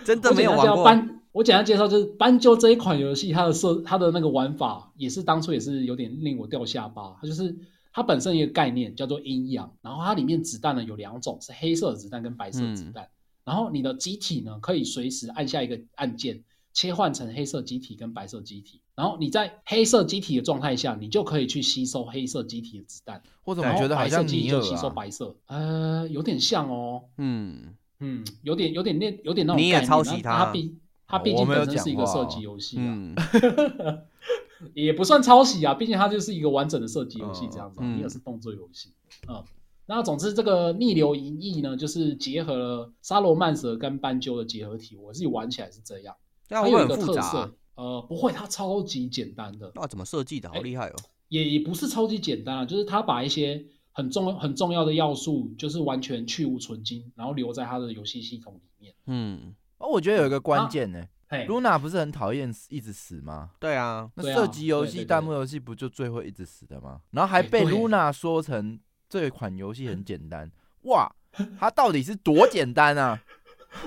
S5: 真的没有玩
S2: 我简单介
S5: 过
S2: 绍。斑，我简单介绍就是斑鸠这一款游戏，它的设它的那个玩法也是当初也是有点令我掉下巴。它就是它本身一个概念叫做阴阳，然后它里面子弹呢有两种，是黑色的子弹跟白色的子
S5: 嗯
S2: 弹。然后你的机体呢可以随时按下一个按键切换成黑色机体跟白色机体，然后你在黑色机体的状态下，你就可以去吸收黑色机体的子弹，
S4: 我怎
S5: 对
S4: 么觉得好
S2: 哦白色
S4: 像
S2: 机体
S4: 尼
S2: 就
S4: 尔
S2: 吸收
S4: 啊？
S2: 白色，呃，有点像哦，
S5: 嗯，
S2: 嗯，有点有点那有点那种
S5: 你也
S2: 概念
S5: 抄袭
S2: 那
S5: 他
S2: 它毕它毕
S4: 我
S2: 竟
S4: 没有
S2: 本身是一个
S4: 讲话
S2: 射
S4: 哦
S2: 击游戏啊，
S5: 嗯，
S2: 也不算抄袭啊，毕竟它就是一个完整的射击游戏这样子啊，
S5: 嗯
S2: 你也是动作游戏嗯，那总之，这个逆流银翼呢，就是结合了沙罗曼蛇跟斑鸠的结合体。我自己玩起来是这样，
S5: 那
S2: 它
S5: 会不会
S2: 有一个
S5: 很复
S2: 特
S5: 杂
S2: 色，
S5: 啊。
S2: 呃，不会，它超级简单的，
S5: 那怎么设计的？好
S2: 哎
S5: 厉害哦！
S2: 也也不是超级简单啊，就是它把一些很重很重要的要素，就是完全去无存精，然后留在它的游戏系统里面。
S5: 嗯，
S4: 哦，我觉得有一个
S2: 啊
S4: 关键呢
S2: 嘿，
S4: ，Luna 不是很讨厌一直死吗？
S5: 对啊，
S4: 那
S2: 对啊
S4: 射击游戏、
S2: 对对对
S4: 弹幕游戏不就最会一直死的吗？然后还
S2: 哎
S4: 被
S2: 对
S4: Luna 说成这款游戏很简单，哇，它到底是多简单啊？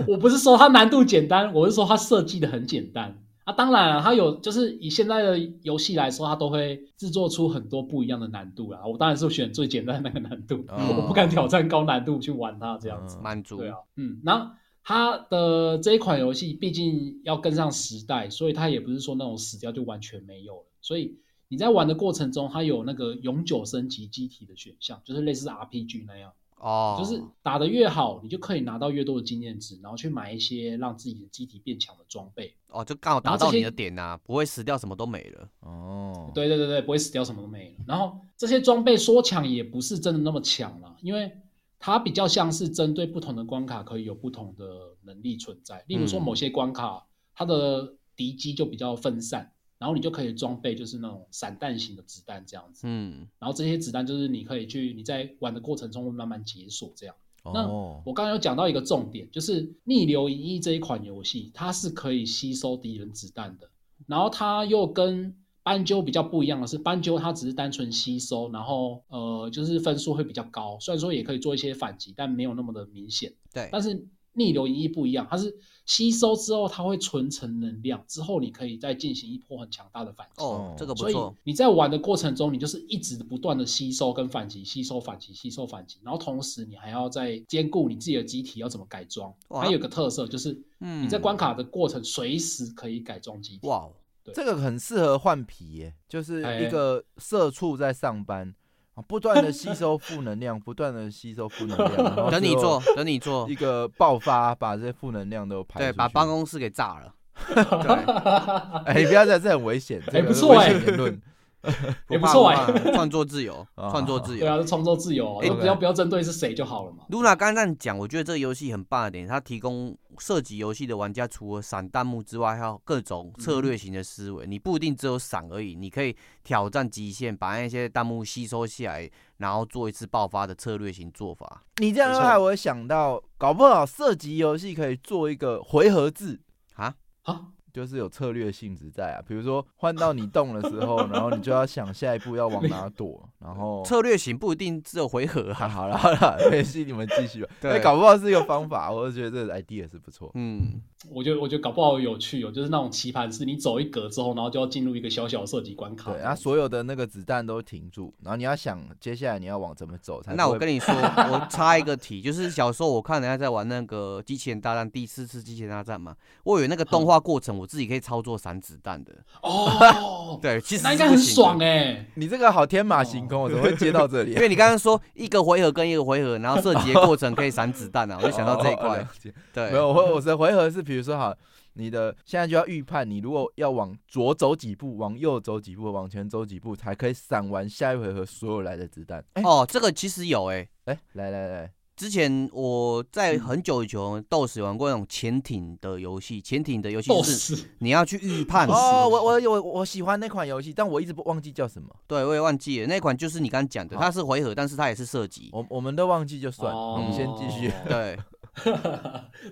S2: 我不是说它难度简单，我是说它设计的很简单啊。当然了、它有就是以现在的游戏来说，它都会制作出很多不一样的难度啦。我当然是选最简单的那个难度，
S4: 哦
S2: 我不敢挑战高难度去玩它这样子。
S4: 嗯
S5: 满足
S2: 对。啊，嗯，然后它的这一款游戏毕竟要跟上时代，所以它也不是说那种死掉就完全没有了。所以你在玩的过程中，它有那个永久升级机体的选项，就是类似 RPG 那样。
S5: 哦，
S2: 就是打得越好，你就可以拿到越多的经验值，然后去买一些让自己的机体变强的装备。
S5: 哦，就刚好
S2: 然
S5: 打
S2: 后这
S5: 到你
S2: 些
S5: 的点呐、不会死掉，什么都没了。
S4: 哦，，
S2: 对对对对，不会死掉，什么都没了。然后这些装备说强也不是真的那么强啦，因为它比较像是针对不同的关卡可以有不同的能力存在。例如说
S5: 嗯
S2: 某些关卡，它的敌机就比较分散，然后你就可以装备就是那种散弹型的子弹这样子。
S5: 嗯，
S2: 然后这些子弹就是你可以去你在玩的过程中会慢慢解锁这样。那
S4: 哦，
S2: 我刚刚有讲到一个重点，就是《逆流银翼》这一款游戏，它是可以吸收敌人子弹的。然后它又跟斑鸠比较不一样的是，斑鸠它只是单纯吸收，然后呃，就是分数会比较高。虽然说也可以做一些反击，但没有那么的明显。
S5: 对，
S2: 但是逆流银翼不一样，它是吸收之后它会存成能量，之后你可以再进行一波很强大的反击。
S5: 哦，这个不
S2: 所以
S5: 错，
S2: 你在玩的过程中，你就是一直不断的吸收跟反击，吸收反击，吸收反击，然后同时你还要在兼顾你自己的机体要怎么改装。
S5: 哇
S2: 还有一个特色就是，
S5: 嗯
S2: 你在关卡的过程随时可以改装机体。
S5: 哇哦，
S4: 这个很适合换皮耶，就是
S2: 哎
S4: 一个社畜在上班，啊不断的吸收负能量，不断的吸收负能量，然后
S5: 等你
S4: 最后
S5: 做，等你做
S4: 一，个爆发，把这些负能量都排
S5: 对，
S4: 出
S5: 把
S4: 去
S5: 办公室给 炸了。对，
S4: 哎，你不要这样，这很危险，这个
S2: 不
S4: 是
S2: 错
S4: 危
S2: 哎
S4: 险言论，
S2: 也不
S5: 怕
S2: 错
S5: 怕
S2: 哎
S5: 创作自由，
S4: 啊
S5: 创作自
S2: 对
S5: 由。
S2: 啊，创作自由，
S5: 哎
S2: 就不要不要针对是谁就好了嘛。
S5: 露娜刚刚这样讲，我觉得这个游戏很棒的点，它提供射击游戏的玩家除了闪弹幕之外，还有各
S2: 嗯
S5: 种策略型的思维。你不一定只有闪而已，你可以挑战极限，把那些弹幕吸收下来，然后做一次爆发的策略型做法。
S4: 你这样的
S2: 没
S4: 话，
S2: 错
S4: 我会想到，搞不好射击游戏可以做一个回合制，
S5: 啊，
S2: 好，
S4: 就是有策略性质在啊。比如说换到你动的时 候，然后你就要想下一步要往哪躲，然后。
S2: 哦
S5: 策略型不一定只有回合
S4: 啊、
S5: 啊。
S4: 好了好了， 没事，你们继续吧。
S5: 对
S4: 哎搞不好是一个方法，我就觉得这个 idea 是不错。
S5: 嗯，
S2: 我觉得我觉得搞不好有趣哦，就是那种棋盘是你走一格之后，然后就要进入一个小小的射击关卡。
S4: 对，
S5: 啊
S4: 然后所有的那个子弹都停住，然后你要想接下来你要往怎么走才不会。
S5: 那我跟你 说，我插一个题，就是小时候我看人家在玩那个《机器人大战》第四次《机器人大战》嘛，我以为那个动画过程我自己可以操作闪子弹的。
S2: 哦，
S5: 对，其实
S2: 那应
S5: 是
S2: 该
S5: 不
S2: 很
S5: 行的
S2: 爽哎。
S4: 你这个好天马行
S5: 哦
S4: 空，我怎么会接到这里啊
S5: 因？为你刚刚说一个回合跟一个回合，然后射击的过程可以闪子弹啊，我就想到这一
S4: 哦
S5: 块
S4: 了。解
S5: 对，
S4: 没有，我我的回合是，比如说好，你的现在就要预判，你如果要往左走几步，往右走几步，往前走几步，才可以闪完下一回合所有来的子弹。哎、
S5: 哦，这个其实有哎、
S4: 哎、来来来，
S5: 之前我
S4: 嗯
S5: 在很久以前斗士玩过那种潜艇的游戏，潜艇的游戏
S2: 斗
S5: 是
S2: 士，
S5: 你要去预判。
S4: 哦，我我有我我喜欢那款游戏，但我一直不忘记叫什么，
S5: 对，我也忘记了那款就是你刚刚讲的，
S4: 好哦
S5: 它是回合，但是它也是射击。
S4: 我我们都忘记就算，
S2: 哦
S4: 我们先继续。
S5: 对，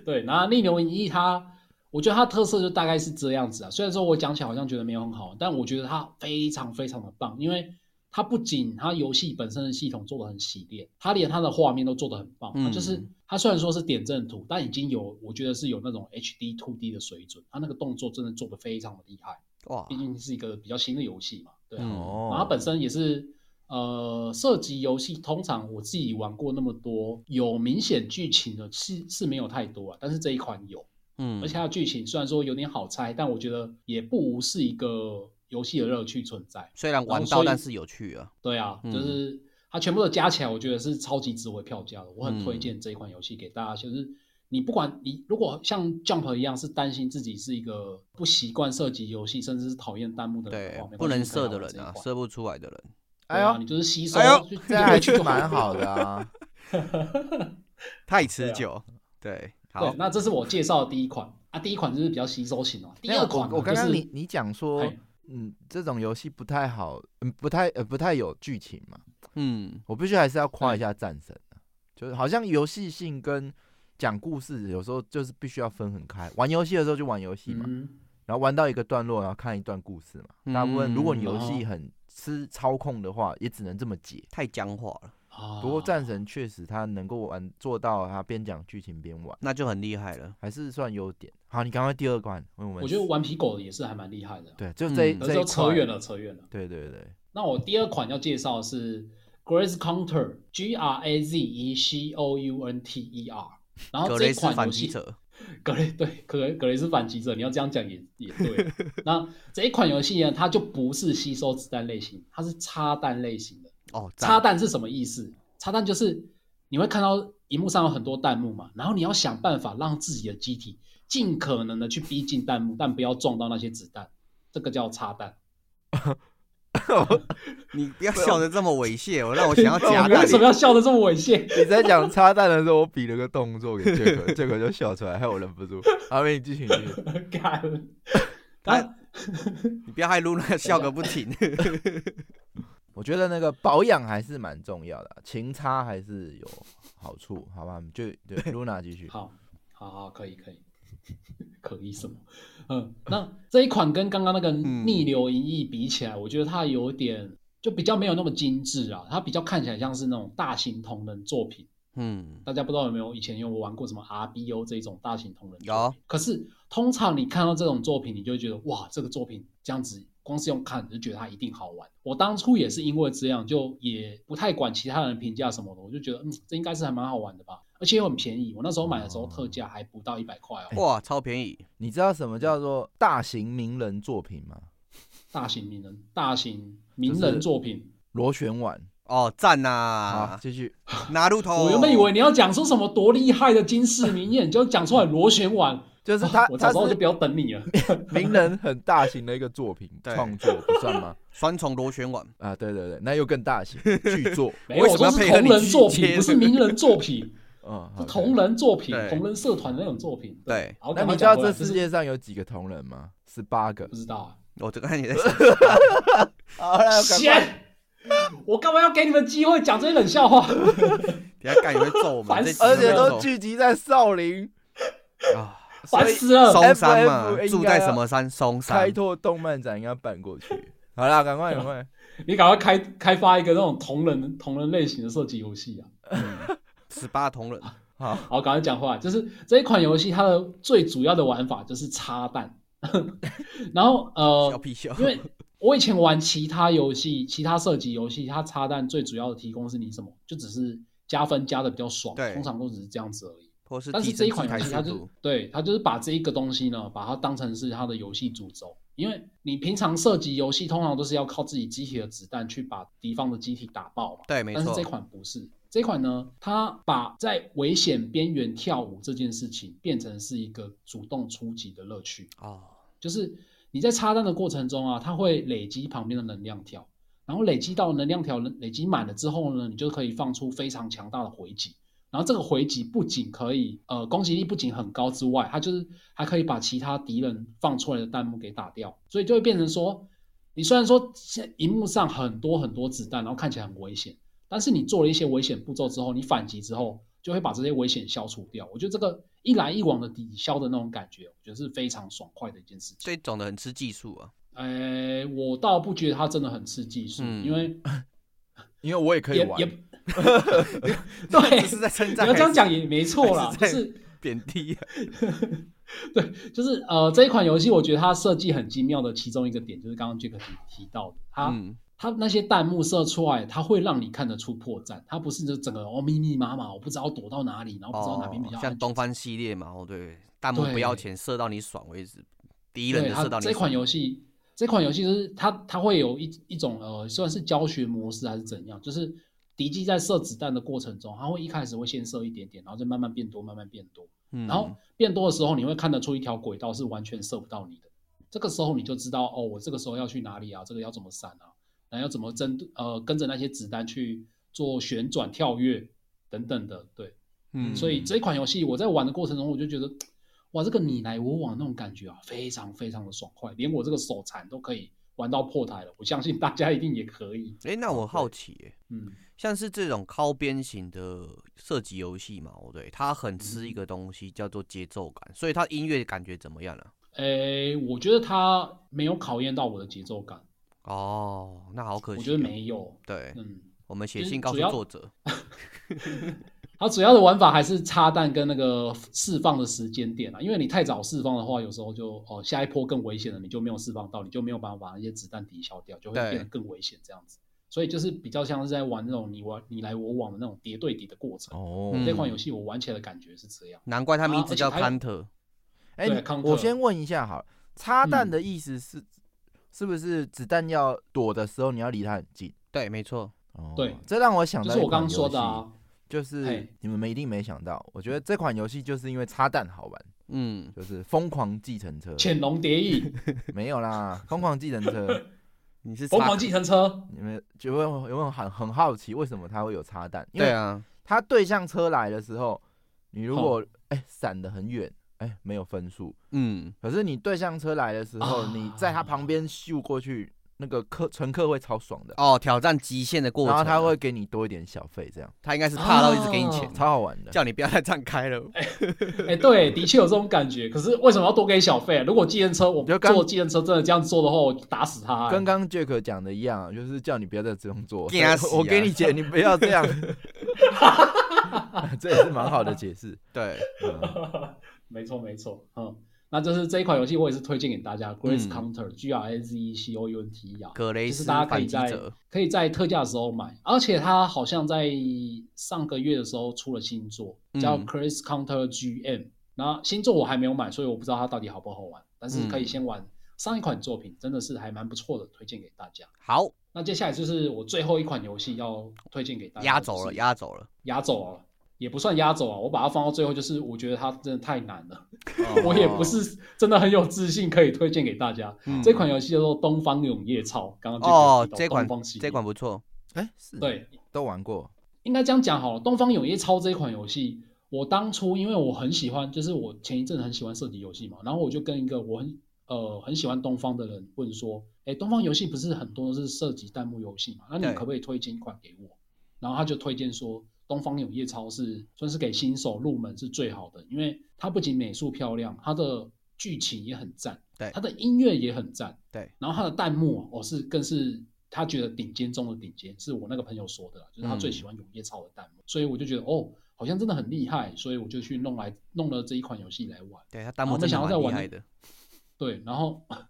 S2: 对，那逆流银翼它，我觉得它的特色就大概是这样子啊。虽然说我讲起来好像觉得没有很好，但我觉得它非常非常的棒，因为它不仅它游戏本身的系统做的很洗练，它连它的画面都做的很棒。
S5: 嗯
S2: 它就是它虽然说是点阵图，但已经有我觉得是有那种 HD 2D 的水准，它那个动作真的做的非常的厉害。
S5: 哇
S2: 毕，竟是一个比较新的游戏嘛，对啊。
S5: 嗯
S2: 然后它
S4: 哦，
S2: 本身也是呃，射击游戏通常我自己玩过那么多，有明显剧情的是是没有太多啊，但是这一款有，
S5: 嗯
S2: 而且它的剧情虽然说有点好猜，但我觉得也不无是一个游戏的乐趣存在。
S5: 虽然
S2: 然
S5: 玩
S2: 后所
S5: 到，
S2: 以
S5: 但是有趣啊。
S2: 对啊，
S5: 嗯
S2: 就是它全部都加起来，我觉得是超级值回票价的。我很
S5: 嗯
S2: 推荐这一款游戏给大家，就是你不管你如果像 Jump 一样是担心自己是一个不习惯射击游戏，甚至是讨厌弹幕的人
S5: 对
S2: 的话，哦没关系
S5: 不能
S2: 你可以
S5: 射
S2: 来
S5: 的
S2: 玩
S5: 人
S2: 这一
S5: 啊，
S2: 款
S5: 射不出来的人。
S2: 对
S4: 哎
S2: 啊
S4: 呦
S2: 你就是吸收，
S4: 哎呦
S2: 就，
S4: 这还
S2: 就就
S4: 是蛮好的啊。
S5: 太持久。对，好
S2: 啊对，，那这是我介绍的第一款啊，第一款就是比较吸收型哦。第
S4: 没有
S2: 二款呢
S4: 哎我我刚
S2: 就
S4: 刚
S2: 是
S4: 你你讲说
S2: 哎，
S4: 嗯，这种游戏不太好，嗯，不太呃不太有剧情嘛。
S5: 嗯，
S4: 我必须还是要夸一下战神啊，就是好像游戏性跟讲故事有时候就是必须要分很开。玩游戏的时候就玩游戏嘛，
S2: 嗯，
S4: 然后玩到一个段落，然后看一段故事嘛。大部分如果你游戏
S2: 哦
S4: 很吃操控的话，也只能这么解。
S5: 太僵化了，
S2: 啊
S4: 不过战神确实他能够玩做到，他边讲剧情边玩，
S5: 那就很厉害了。
S4: 还是算优点。好，你赶快第二关，问我们。
S2: 我觉得顽皮狗也是还蛮厉害的啊，
S4: 对，就这一
S5: 嗯
S2: 可是
S4: 这
S2: 都
S4: 一
S2: 扯
S4: 块
S2: 远。了，扯远了。
S4: 对对对，
S2: 那我第二款要介绍的是 Grace Counter G R A Z E C O U N T E R，然后
S5: 格
S2: 这
S5: 雷
S2: 一
S5: 斯
S2: 款
S5: 反
S2: 游
S5: 击
S2: 戏
S5: 者，
S2: 格雷对格雷格雷斯反击者，你要这样讲也也对。那这一款游戏呢，它就不是吸收子弹类型，它是插弹类型的。
S5: 哦，赞
S2: 插弹是什么意思？插弹就是你会看到荧幕上有很多弹幕嘛，然后你要想办法让自己的机体尽可能的去逼近弹幕，但不要撞到那些子弹，这个叫插弹。
S5: 你不要
S2: 哦
S5: 笑得这么猥亵，我 让我想要夹
S2: 你为
S5: 带
S2: 什么要笑得这么猥亵？
S4: 你在讲插蛋的时候，我比了个动作给杰克，杰克就笑出来，害我忍不住。阿美，你继续，你继续
S2: 干，他
S5: 啊你不要害露娜笑个 不停。
S4: 我觉得那个保养还是蛮重要的，勤擦还是有好处，好吧？我们就对 Luna 继续。
S2: 好，好好，可以，可 以，可以什么？嗯，那这一款跟刚刚那个逆流银翼比起来，我觉得它有点就比较没有那么精致啊，它比较看起来像是那种大型同人作品。
S5: 嗯，
S2: 大家不知道有没有以前有玩过什么 RBO 这种大型同人作品？
S5: 有
S2: 可是通常你看到这种作品，你就会觉得哇，这个作品这样子，光是用看你就觉得它一定好玩。我当初也是因为这样，就也不太管其他人评价什么的，我就觉得嗯，这应该是还蛮好玩的吧，而且又很便宜。我那时候买的
S4: 哦
S2: 时候特价还不到一百块哦，
S4: 哎
S5: 哇，超便宜，
S4: 你知道什么叫做大型名人作品吗？
S2: 大型名人，大型名
S4: 就是
S2: 人作品。
S4: 螺旋丸。
S5: 哦，赞
S4: 好，
S2: 啊
S5: 呐！
S4: 继续。
S5: 拿路
S4: 哦
S5: 头，
S2: 我原本以为你要讲出什么多厉害的金氏名言，你就讲出来螺旋丸，啊
S4: 就是他，
S2: 我早
S4: 他
S2: 知道就是不要等你了。
S4: 名人很大型的一个作 品
S5: 对
S4: 创作，不算吗？
S5: 双重螺旋丸，
S4: 啊，对对对，那又更 大型巨作。
S2: 没有，
S5: 为
S2: 我
S5: 什
S2: 说
S5: 么要
S2: 是
S5: 配合
S2: 同
S5: 你
S2: 人
S5: 去
S2: 作
S5: 接
S2: 品，不是
S5: 这个哦
S2: 名人作品。
S4: 嗯，
S2: 是
S4: 好
S2: 同。人作品
S5: 对，
S2: 同人社团那种作品。
S5: 对
S2: 好，
S4: 那
S2: 赶
S4: 你
S2: 快
S4: 知
S2: 讲
S4: 道这
S2: 回来就
S4: 世
S2: 是
S4: 界上有几个同人吗？十八个
S2: 不。知道 啊？
S5: 我哦这个看 你在想，
S4: 好
S5: 哎
S4: 了，赶
S2: 先
S4: 快。，
S2: 我干嘛要给你们机会讲这些冷笑 话？
S5: 等一下干你会揍我们，
S2: 烦
S5: 这集
S2: 死
S4: 而
S5: 会
S4: 且
S5: 被
S4: 都
S5: 揍
S4: 聚集在少林，
S5: 啊，
S2: 烦死了！
S5: 松山嘛
S4: FF 应该，
S5: 住在什么山？松
S4: 开
S5: 山，
S4: 拓动漫展应该办过去。好啦，赶快赶
S2: 啊
S4: 快。
S2: 你赶快开开发一个那种同人同人类型的射击游戏啊！
S5: 十八铜人，
S4: 好，
S2: 好，赶快讲话，就是这一款游戏它的最主要的玩法就是插弹， 然后呃
S5: 笑，屁笑，
S2: 因为我以前玩其他游戏、其他射击游戏，它插弹最主要的提供是你什么？就只是加分加的比较爽，
S5: 对
S2: 通常都只是这样子而已。
S5: 或是
S2: 但是
S5: 提
S2: 这
S5: 升
S2: 一
S5: 自
S2: 款
S5: 台
S2: 游戏，它
S5: 速
S2: 就
S5: 度，
S2: 对它就是把这一个东西呢，把它当成是它的游戏主轴。因为你平常射击游戏通常都是要靠自己机体的子弹去把敌方的机体打爆嘛，
S5: 对，没
S2: 但是
S5: 错
S2: 这，款不是。这款呢，它把在危险边缘跳舞这件事情变成是一个主动出击的乐趣。
S5: 哦，
S2: 就是你在插弹的过程中啊，它会累积旁边的能量条，然后累积到能量条累积满了之后呢，你就可以放出非常强大的回击。然后这个回击不仅可以呃攻击力不仅很高之外，它就是还可以把其他敌人放出来的弹幕给打掉，所以就会变成说，你虽然说现荧幕上很多很多子弹，然后看起来很危险，但是你做了一些危险步骤之后，你反击之后就会把这些危险消除掉。我觉得这个一来一往的抵消的那种感觉，我觉得是非常爽快的一件事情。
S5: 这种的很吃技术啊，
S2: 呃，我倒不觉得它真的很吃技术，
S5: 嗯
S2: 因为
S4: 因为我也可以
S2: 也
S4: 玩
S2: 也，对，
S5: 这是在称
S2: 你
S5: 赞，
S2: 要这样讲也没错啦，就
S5: 还是在
S2: 是
S5: 贬低啊，
S2: 对，就是呃，这一款游戏我觉得它设计很精妙的其中一个点，就是刚刚 Jack 提提到的，它、
S5: 嗯，
S2: 它那些弹幕射出来，它会让你看得出破绽，它不是就整个哦密密麻麻，我不知道躲到哪里，然后不知道哪边比较安全、
S5: 哦像东方系列嘛，哦对，弹幕
S2: 对
S5: 不要钱，射到你爽为止，敌
S2: 对
S5: 人的
S2: 它
S5: 射到你
S2: 这
S5: 爽，
S2: 款游戏，这款游戏就是它它会有一一种呃算是教学模式还是怎样，就是敌机在射子弹的过程中，它会一开始会先射一点点，然后再慢慢变多，慢慢变多，
S5: 嗯
S2: 然后变多的时候，你会看得出一条轨道是完全射不到你的。这个时候你就知道哦，我这个时候要去哪里啊？这个要怎么闪啊？然后要怎么针对呃跟着那些子弹去做旋转、跳跃等等的，对。
S5: 嗯
S2: 所以这款游戏我在玩的过程中，我就觉得，哇，这个你来我往那种感觉啊，非常非常的爽快，连我这个手残都可以玩到破台了。我相信大家一定也可以。
S5: 哎、那我好奇、欸，
S2: 嗯，
S5: 像是这种靠边型的射击游戏嘛，哦对，它很吃一
S2: 嗯
S5: 个东西叫做节奏感，所以它音乐感觉怎么样啊呢、
S2: 诶，我觉得它没有考验到我的节奏感，
S5: 哦，那好可惜、
S2: 我觉得。没有。
S5: 对，
S2: 嗯，
S5: 我们写
S2: 就是
S5: 信告诉
S2: 主要
S5: 作者。
S2: 它主要的玩法还是插弹跟那个释放的时间点啊，因为你太早释放的话，有时候就哦下一波更危险了，你就没有释放到，你就没有办法把那些子弹抵消掉，就会
S5: 对
S2: 变得更危险这样子。所以就是比较像是在玩那种你玩你来我往的那种叠对叠的过程。
S4: 哦，
S5: 嗯
S2: 这款游戏我玩起来的感觉是这样，
S5: 难怪他们一
S2: 啊
S5: 直
S2: 而且
S5: 叫
S2: 还有
S5: Counter。
S4: 哎、
S2: 对
S4: 你
S2: 康
S4: 我
S2: 特
S4: 先问一下好了，擦
S2: 嗯
S4: 弹的意思是、是不是子弹要躲的时候你要离它很近？
S5: 对，没错。
S4: 哦，
S2: 对
S4: 这让我想
S2: 就
S4: 到
S2: 是我
S4: 一款
S2: 刚刚说的
S4: 游戏，
S2: 啊，
S4: 就是
S2: 嘿
S4: 你们没一定没想到，我觉得这款游戏就是因为擦弹好玩，
S5: 嗯，
S4: 就是疯狂计程车，
S2: 潜龙谍 影、
S4: 没 有啦，疯狂计程车，
S5: 你是
S2: 疯
S5: 插
S2: 狂计程车，
S4: 你们就会有没有很很好奇为什么它会有擦弹？因
S5: 对
S4: 为
S5: 啊，
S4: 它对向车来的时候，你如果哎闪得很远，哎、没有分数，
S5: 嗯，
S4: 可是你对向车来的时候，
S2: 啊
S4: 你在他旁边咻过去，那个客乘客会超爽的，
S5: 哦，挑战极限的过程
S4: 然
S5: 啊。
S4: 后他会给你多一点小费，这样
S5: 他应该是怕到一直给你
S2: 啊
S5: 钱，
S4: 超好玩的。
S5: 叫你不要再站开了。
S2: 哎，对，的确有这种感觉。可是为什么要多给小费啊？如果计程车我
S4: 就刚
S2: 坐计程车真的这样做的话，我打死他、哎
S4: 跟刚刚 Jack 讲的一样，就是叫你不要再这样做。
S5: 怕死啊
S4: 我给 你钱，你不要这样。这也是蛮好的解释。
S5: 对，
S4: 嗯
S2: 没错，没错，嗯，那就是这一款游戏，我也是推荐给大家，Grace
S5: 嗯
S2: Counter、G R A Z E C O U N T E R，
S5: 格雷
S2: 就是
S5: 斯
S2: 大家可
S5: 反
S2: 以
S5: 击
S2: 在
S5: 者。
S2: 可以在特价的时候买，而且它好像在上个月的时候出了新作，叫
S5: 嗯
S2: Grace Counter G M。那新作我还没有买，所以我不知道它到底好不好玩，但是可以
S5: 嗯
S2: 先玩上一款作品，真的是还蛮不错的，推荐给大家。
S5: 好，
S2: 那接下来就是我最后一款游戏要推荐给大家，
S5: 压走了，
S2: 就是
S5: 压走了。
S2: 压轴啊，也不算压轴啊，我把它放到最后，就是我觉得它真的太难了，
S5: 哦
S2: 我也不是真的很有自信可以推荐给大家。
S5: 嗯
S2: 这款游戏叫做《东方永夜草》，刚刚就
S5: 哦，
S2: 有提
S5: 这
S2: 到
S5: 款
S2: 东方系列
S5: 这款不错。
S4: 哎，是
S2: 对，
S4: 都玩过。
S2: 应该这样讲好了，《东方永夜抄》这一款游戏，我当初因为我很喜欢，就是我前一阵很喜欢射击游戏嘛，然后我就跟一个我很呃很喜欢东方的人问说，哎，东方游戏不是很多都是射击弹幕游戏嘛，那你
S5: 对
S2: 可不可以推荐一款给我？然后他就推荐说，《东方永夜抄》是算是给新手入门是最好的，因为它不仅美术漂亮，它的剧情也很赞，
S5: 对
S2: 它的音乐也很赞，
S5: 对，
S2: 然后它的弹幕啊哦是更是他觉得顶尖中的顶尖，是我那个朋友说的啦，
S5: 嗯
S2: 就是他最喜欢永夜草的弹幕，所以我就觉得哦，好像真的很厉害，所以我就去弄来弄了这一款游戏来玩。
S5: 对他弹幕
S2: 然后
S5: 真的
S2: 没想到
S5: 蛮厉
S2: 在玩
S5: 害的。
S2: 对，然后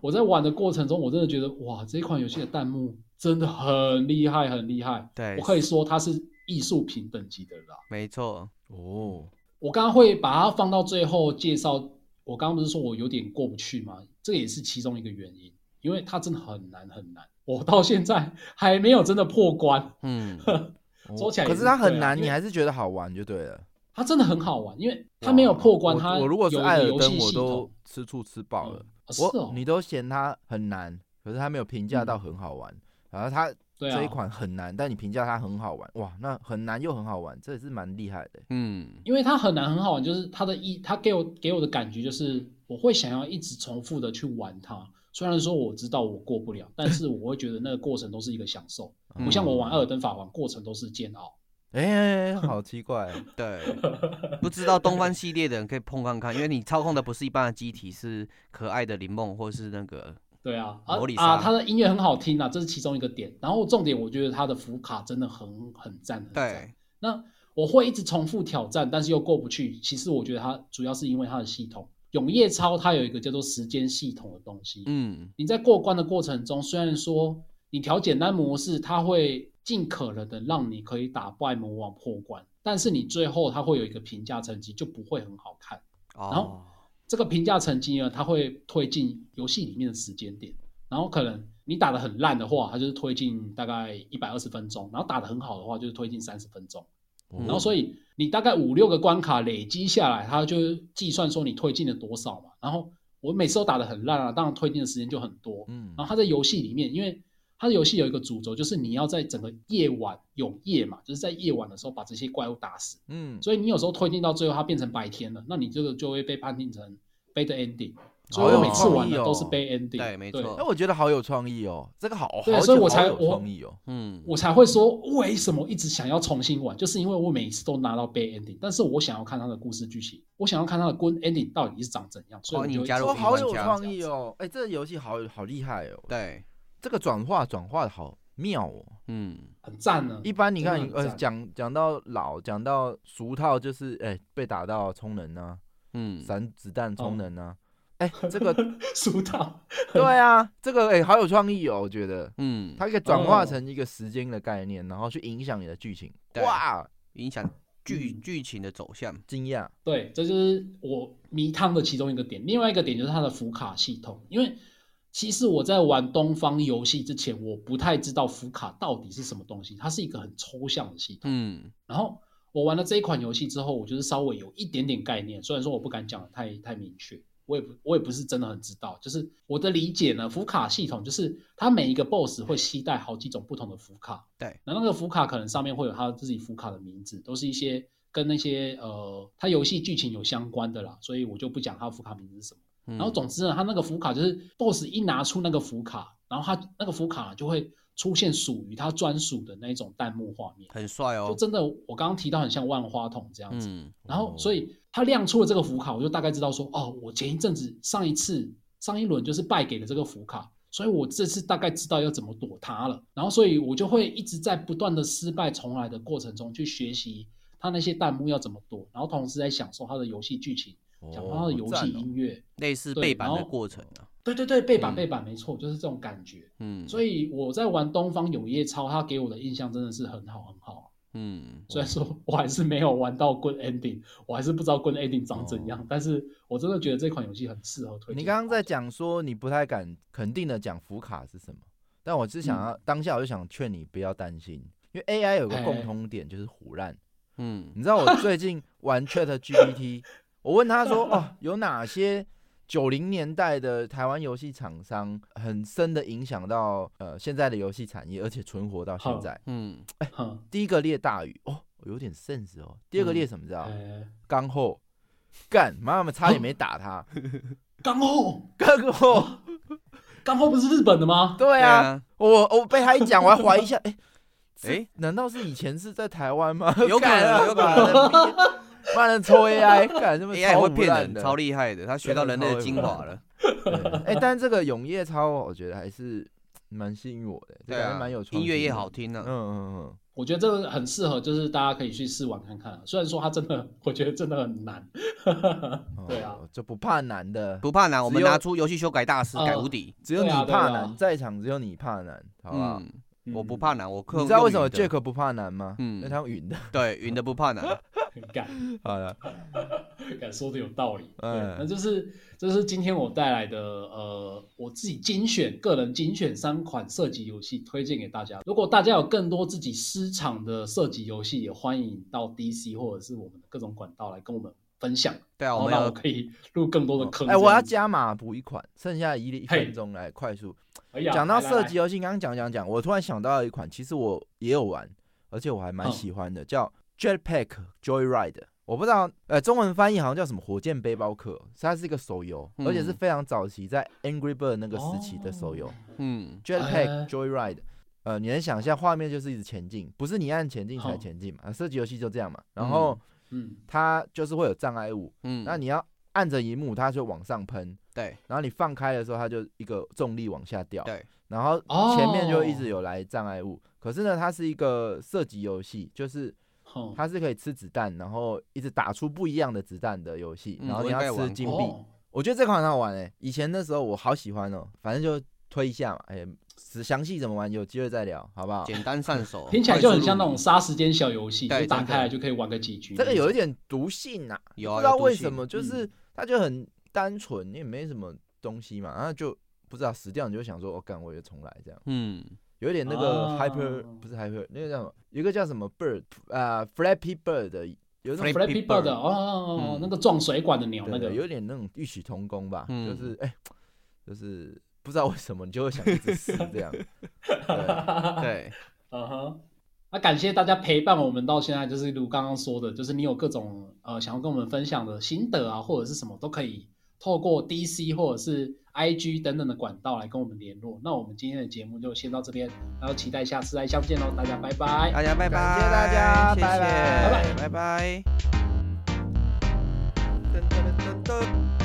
S2: 我在玩的过程中，我真的觉得哇，这一款游戏的弹幕真的很厉害，很厉害。
S5: 对
S2: 我可以说它是艺术品等级的啦。
S5: 没错，
S4: 哦，
S2: 我刚刚会把它放到最后介绍。我刚刚不是说我有点过不去吗？这也是其中一个原因，因为它真的很难很难，我到现在还没有真的破关。
S5: 嗯，
S4: 哦
S2: 说起来也
S4: 可
S2: 是
S4: 是它很
S2: 对啊
S4: 难，
S2: 因为
S4: 你还是觉得好玩就对了。
S2: 它真的很好玩，因为它没有破关，
S4: 哦我
S2: 它
S4: 我如果是
S2: 有一
S4: 艾
S2: 个
S4: 尔
S2: 游
S4: 登，
S2: 戏
S4: 我
S2: 系
S4: 都
S2: 统。
S4: 吃醋吃饱了。
S2: 啊是
S4: 我、
S2: 哦，
S4: 你都嫌它很难，可是它没有评价
S2: 嗯
S4: 到很好玩，然后它
S2: 对啊
S4: 这一款很难，但你评价它很好玩，哇，那很难又很好玩，这也是蛮厉害的。
S5: 嗯，
S2: 因为它很难很好玩，就是它的一，它给我给我的感觉就是我会想要一直重复的去玩它。虽然说我知道我过不了，但是我会觉得那个过程都是一个享受，
S4: 嗯
S2: 不像我玩《艾尔登法环》过程都是煎熬。
S4: 哎、哎哎好 奇 怪、哦，
S5: 对，不知道东方系列的人可以碰看看，因为你操控的不是一般的机体，是可爱的林梦或是那个，
S2: 对啊，啊
S5: 魔力莎
S2: 啊，它的音乐很好听啊，这是其中一个点。然后重点，我觉得它的福卡真的很很赞，很赞。
S5: 对，
S2: 那我会一直重复挑战，但是又过不去。其实我觉得它主要是因为它的系统，永夜超它有一个叫做时间系统的东西。
S5: 嗯，
S2: 你在过关的过程中，虽然说你调简单模式，它会尽可能的让你可以打败魔王破关，但是你最后它会有一个评价成绩，就不会很好看。
S5: 哦，
S2: 后这个评价成绩呢，它会推进游戏里面的时间点，然后可能你打的很烂的话，它就是推进大概一百二十分钟，然后打的很好的话，就是推进三十分钟。
S4: 嗯
S2: 然后所以你大概五六个关卡累积下来，它就计算说你推进了多少嘛。然后我每次都打的很烂啊，当然推进的时间就很多。
S4: 嗯
S2: 然后它在游戏里面，因为它的游戏有一个主轴，就是你要在整个夜晚永夜嘛，就是在夜晚的时候把这些怪物打死。
S4: 嗯，
S2: 所以你有时候推进到最后它变成白天了，那你这个就会被判定成 bad ending。所以我每次玩的都是 bad ending，、
S5: 哦对没错
S4: 哎，我觉得好有创意哦，这个好
S2: 对
S4: 好，
S2: 所以我
S4: 好
S2: 才
S4: 有
S2: 我
S4: 创意哦，
S5: 嗯，
S2: 我才会说为什么一直想要重新玩，就是因为我每一次都拿到 bad ending，但是我想要看它的故事剧情，我想要看它的 good ending 到底是长怎样，所以我
S5: 欢迎
S2: 就一直
S5: 加入
S4: 哦，
S5: 我
S4: 好有
S5: 玩家
S4: 创意哦，哎，这个游戏好好厉害哦，
S5: 对，
S4: 这个转化转化的好妙哦。
S5: 嗯，
S2: 很赞呢。
S4: 一般你看
S2: 真，的很
S4: 呃，
S2: 赞
S4: 讲讲到老，讲到俗套，就是哎、被打到充能啊，
S5: 嗯，
S4: 散子弹充能啊， 哎、这个
S2: 输到
S4: 对啊，这个哎、好有创意哦，我觉得
S5: 嗯，
S4: 它可以转化成一个时间的概念，然后去影响你的剧情，
S5: 对
S4: 哇，
S5: 影响剧
S2: 嗯
S5: 剧情的走向。
S4: 惊讶，
S2: 对，这就是我迷汤的其中一个点。另外一个点就是它的福卡系统，因为其实我在玩东方游戏之前，我不太知道福卡到底是什么东西，它是一个很抽象的系统。
S5: 嗯
S2: 然后我玩了这一款游戏之后，我就是稍微有一点点概念，虽然说我不敢讲的太太明确，我也不我也不是真的很知道。就是我的理解呢，福卡系统就是它每一个 BOSS 会携带好几种不同的福卡，
S5: 对，
S2: 那那个福卡可能上面会有它自己福卡的名字，都是一些跟那些呃它游戏剧情有相关的啦，所以我就不讲它福卡名字是什么。
S5: 嗯，
S2: 然后总之呢，它那个福卡就是 BOSS 一拿出那个福卡，然后它那个福卡就会出现属于它专属的那一种弹幕画面。
S5: 很帅
S2: 就
S5: 哦，
S2: 真的我刚刚提到很像万花筒这样子。
S5: 嗯
S2: 然后
S4: 哦，
S2: 所以他亮出了这个福卡，我就大概知道说，哦，我前一阵子上一次上一轮就是败给了这个福卡，所以我这次大概知道要怎么躲它了。然后，所以我就会一直在不断的失败重来的过程中去学习他那些弹幕要怎么躲，然后同时在享受他的游戏剧情，享受他
S4: 好
S2: 的游
S4: 赞
S2: 戏
S4: 哦
S2: 音乐。
S5: 类似
S2: 对
S5: 背板的
S2: 然后
S5: 过程啊，
S2: 对对对，背板
S5: 嗯
S2: 背板，没错，就是这种感觉。
S5: 嗯，
S2: 所
S5: 以
S2: 以我在玩东方有夜超，他给我的印象真的是很好很好啊。
S5: 嗯
S2: 虽然说我还是没有玩到 Good Ending，我还是不知道 Good Ending 长怎样，但是我真的觉得这款游戏很适合推荐。
S4: 哦你刚刚在，讲说你不太敢肯定的讲福卡是什么，但我是想要、当下我就想劝你不要担心，因为 AI 有个
S2: 哎
S4: 共通点就是胡乱。
S5: 嗯
S4: 你知道我最近玩 Chat GPT，我问他说：“哦，有哪些九零年代的台湾游戏厂商很深的影响到呃现在的游戏产业，而且存活到现
S2: 好
S4: 在
S5: 嗯，
S2: 哼，？”
S4: 第一个列大宇，哦，有点 sense 哦。第二个
S5: 嗯
S4: 列什么？知道？
S2: 呃，
S4: 刚后，干，妈妈差点没打他。
S2: 刚后，
S4: 刚后，
S2: 刚后不是日本的吗？
S4: 对
S5: 对
S4: 啊，
S5: 啊，
S4: 我我被他一讲，我还怀疑一下， 哎
S5: 哎
S4: 哎，难道是以前是在台湾吗？
S5: 有可能
S4: 干啊
S5: 有可能
S4: 妈的妈的抽 AI，干这么
S5: AI 会骗人，
S4: 的，
S5: 超厉害的，他学到人类的精华了。
S4: 哎、但这个永夜超，我觉得还是蛮吸引我的，
S5: 对
S4: 还
S5: 啊，
S4: 是蛮有创
S5: 音乐
S4: 新
S5: 也
S4: 的
S5: 好。听啊
S4: 嗯
S5: 呢。
S4: 嗯
S2: 我觉得这个很适合，就是大家可以去试玩看看啊。虽然说它真的，我觉得真的很难。
S4: 嗯嗯，
S2: 对啊
S4: 哦，就不怕难的，
S5: 不怕难，我们
S4: 只有
S5: 拿出游戏修改大师
S2: 呃
S5: 改无敌。
S4: 只有你
S2: 对啊对
S4: 怕
S2: 啊
S4: 难，在场只有你怕难，好不好？
S5: 嗯，我不怕难，我克。
S4: 你知道为什么 Jack 不怕难吗？
S5: 嗯
S4: 因为他 用云的。
S5: 对云的不怕难？
S2: 很干，
S4: 好了，
S2: 敢说的有道理。对，
S4: 嗯
S2: 那就是这是今天我带来的呃，我自己精选个人精选三款射击游戏推荐给大家。如果大家有更多自己私藏的射击游戏，也欢迎到 DC 或者是我们的各种管道来跟我们分享，
S5: 对啊，
S2: 然
S5: 我
S2: 后
S5: 们
S2: 让我
S5: 要
S2: 可以入更多的坑。
S4: 哎，我要
S2: 这样
S4: 加码补一款，剩下一一
S2: 嘿
S4: 分钟来快速
S2: 子，哎呀
S4: 讲到
S2: 来
S4: 射
S2: 来
S4: 击游戏，刚刚讲讲讲，我突然想到一款，其实我也有玩，而且我还蛮
S2: 嗯
S4: 喜欢的，叫 Jetpack Joyride。我不知道，呃，中文翻译好像叫什么“火箭背包客”，它是一个手游，
S5: 嗯
S4: 而且是非常早期在 Angry Bird 那个时期的手游、
S5: 嗯
S4: Jetpack
S2: 哦哎
S4: Joyride。呃，你能想象画面就是一直前进，不是你按前进才
S2: 哦
S4: 前进嘛？啊射击游戏就这样嘛。然后
S2: 嗯
S4: 它就是会有障碍物，
S5: 嗯，
S4: 那你要按着荧幕，它就往上喷，
S5: 对
S4: 然后你放开的时候，它就一个重力往下掉。
S5: 对，
S4: 然后
S2: 哦
S4: 前面就一直有来障碍物。可是呢，它是一个射击游戏，就是
S5: 哦
S2: 哼
S4: 它是可以吃子弹，然后一直打出不一样的子弹的游戏，
S5: 嗯
S4: 然后
S5: 我
S4: 你
S5: 应
S4: 要
S5: 该玩
S4: 吃
S5: 过
S4: 金币。
S2: 哦
S4: 我觉得这款很好玩诶、欸以前那时候我好喜欢哦、反正就推一下嘛，哎、只详细怎么玩有机会再聊，好不好？
S5: 简单上 手，
S2: 听起来就
S5: 快
S2: 很
S5: 速
S2: 像那
S5: 入
S2: 种
S5: 门
S2: 杀时间小游戏，
S5: 对
S2: 就打
S5: 真的
S2: 开来就可以玩个几局那种。
S4: 这个有一点毒性呐、
S5: 有啊
S4: 不知道
S5: 有毒
S4: 为
S5: 性
S4: 什么，就是它就很单纯，也没什么东西嘛，然后就不知道死掉，你就想说，我、哦干，我也重来这样，
S5: 嗯，
S4: 有一点那个
S2: 啊
S4: hyper、不是 hyper，那个叫什么？有一个叫什么 bird 啊、f l a p p y bird 的，有一种
S5: Flappy
S2: Flappy Bird 哦
S5: 嗯
S2: 哦，哦那个撞水管的鸟
S4: 对
S2: 那个
S4: 对，有点那种异曲同工吧，
S5: 嗯
S4: 就是哎、就是不知道为什么你就会想一直死这样。对
S5: 对，
S2: 嗯哼，那感谢大家陪伴我们到现在，就是如刚刚说的，就是你有各种呃想要跟我们分享的心得啊，或者是什么都可以透过 DC 或者是 IG 等等的管道来跟我们联络。那我们今天的节目就先到这边，然后期待下次再相见喽，大家拜拜。
S5: 大家拜拜，
S4: 感谢大家
S5: 谢谢
S4: 拜
S2: 拜
S5: 拜拜。噔噔噔噔噔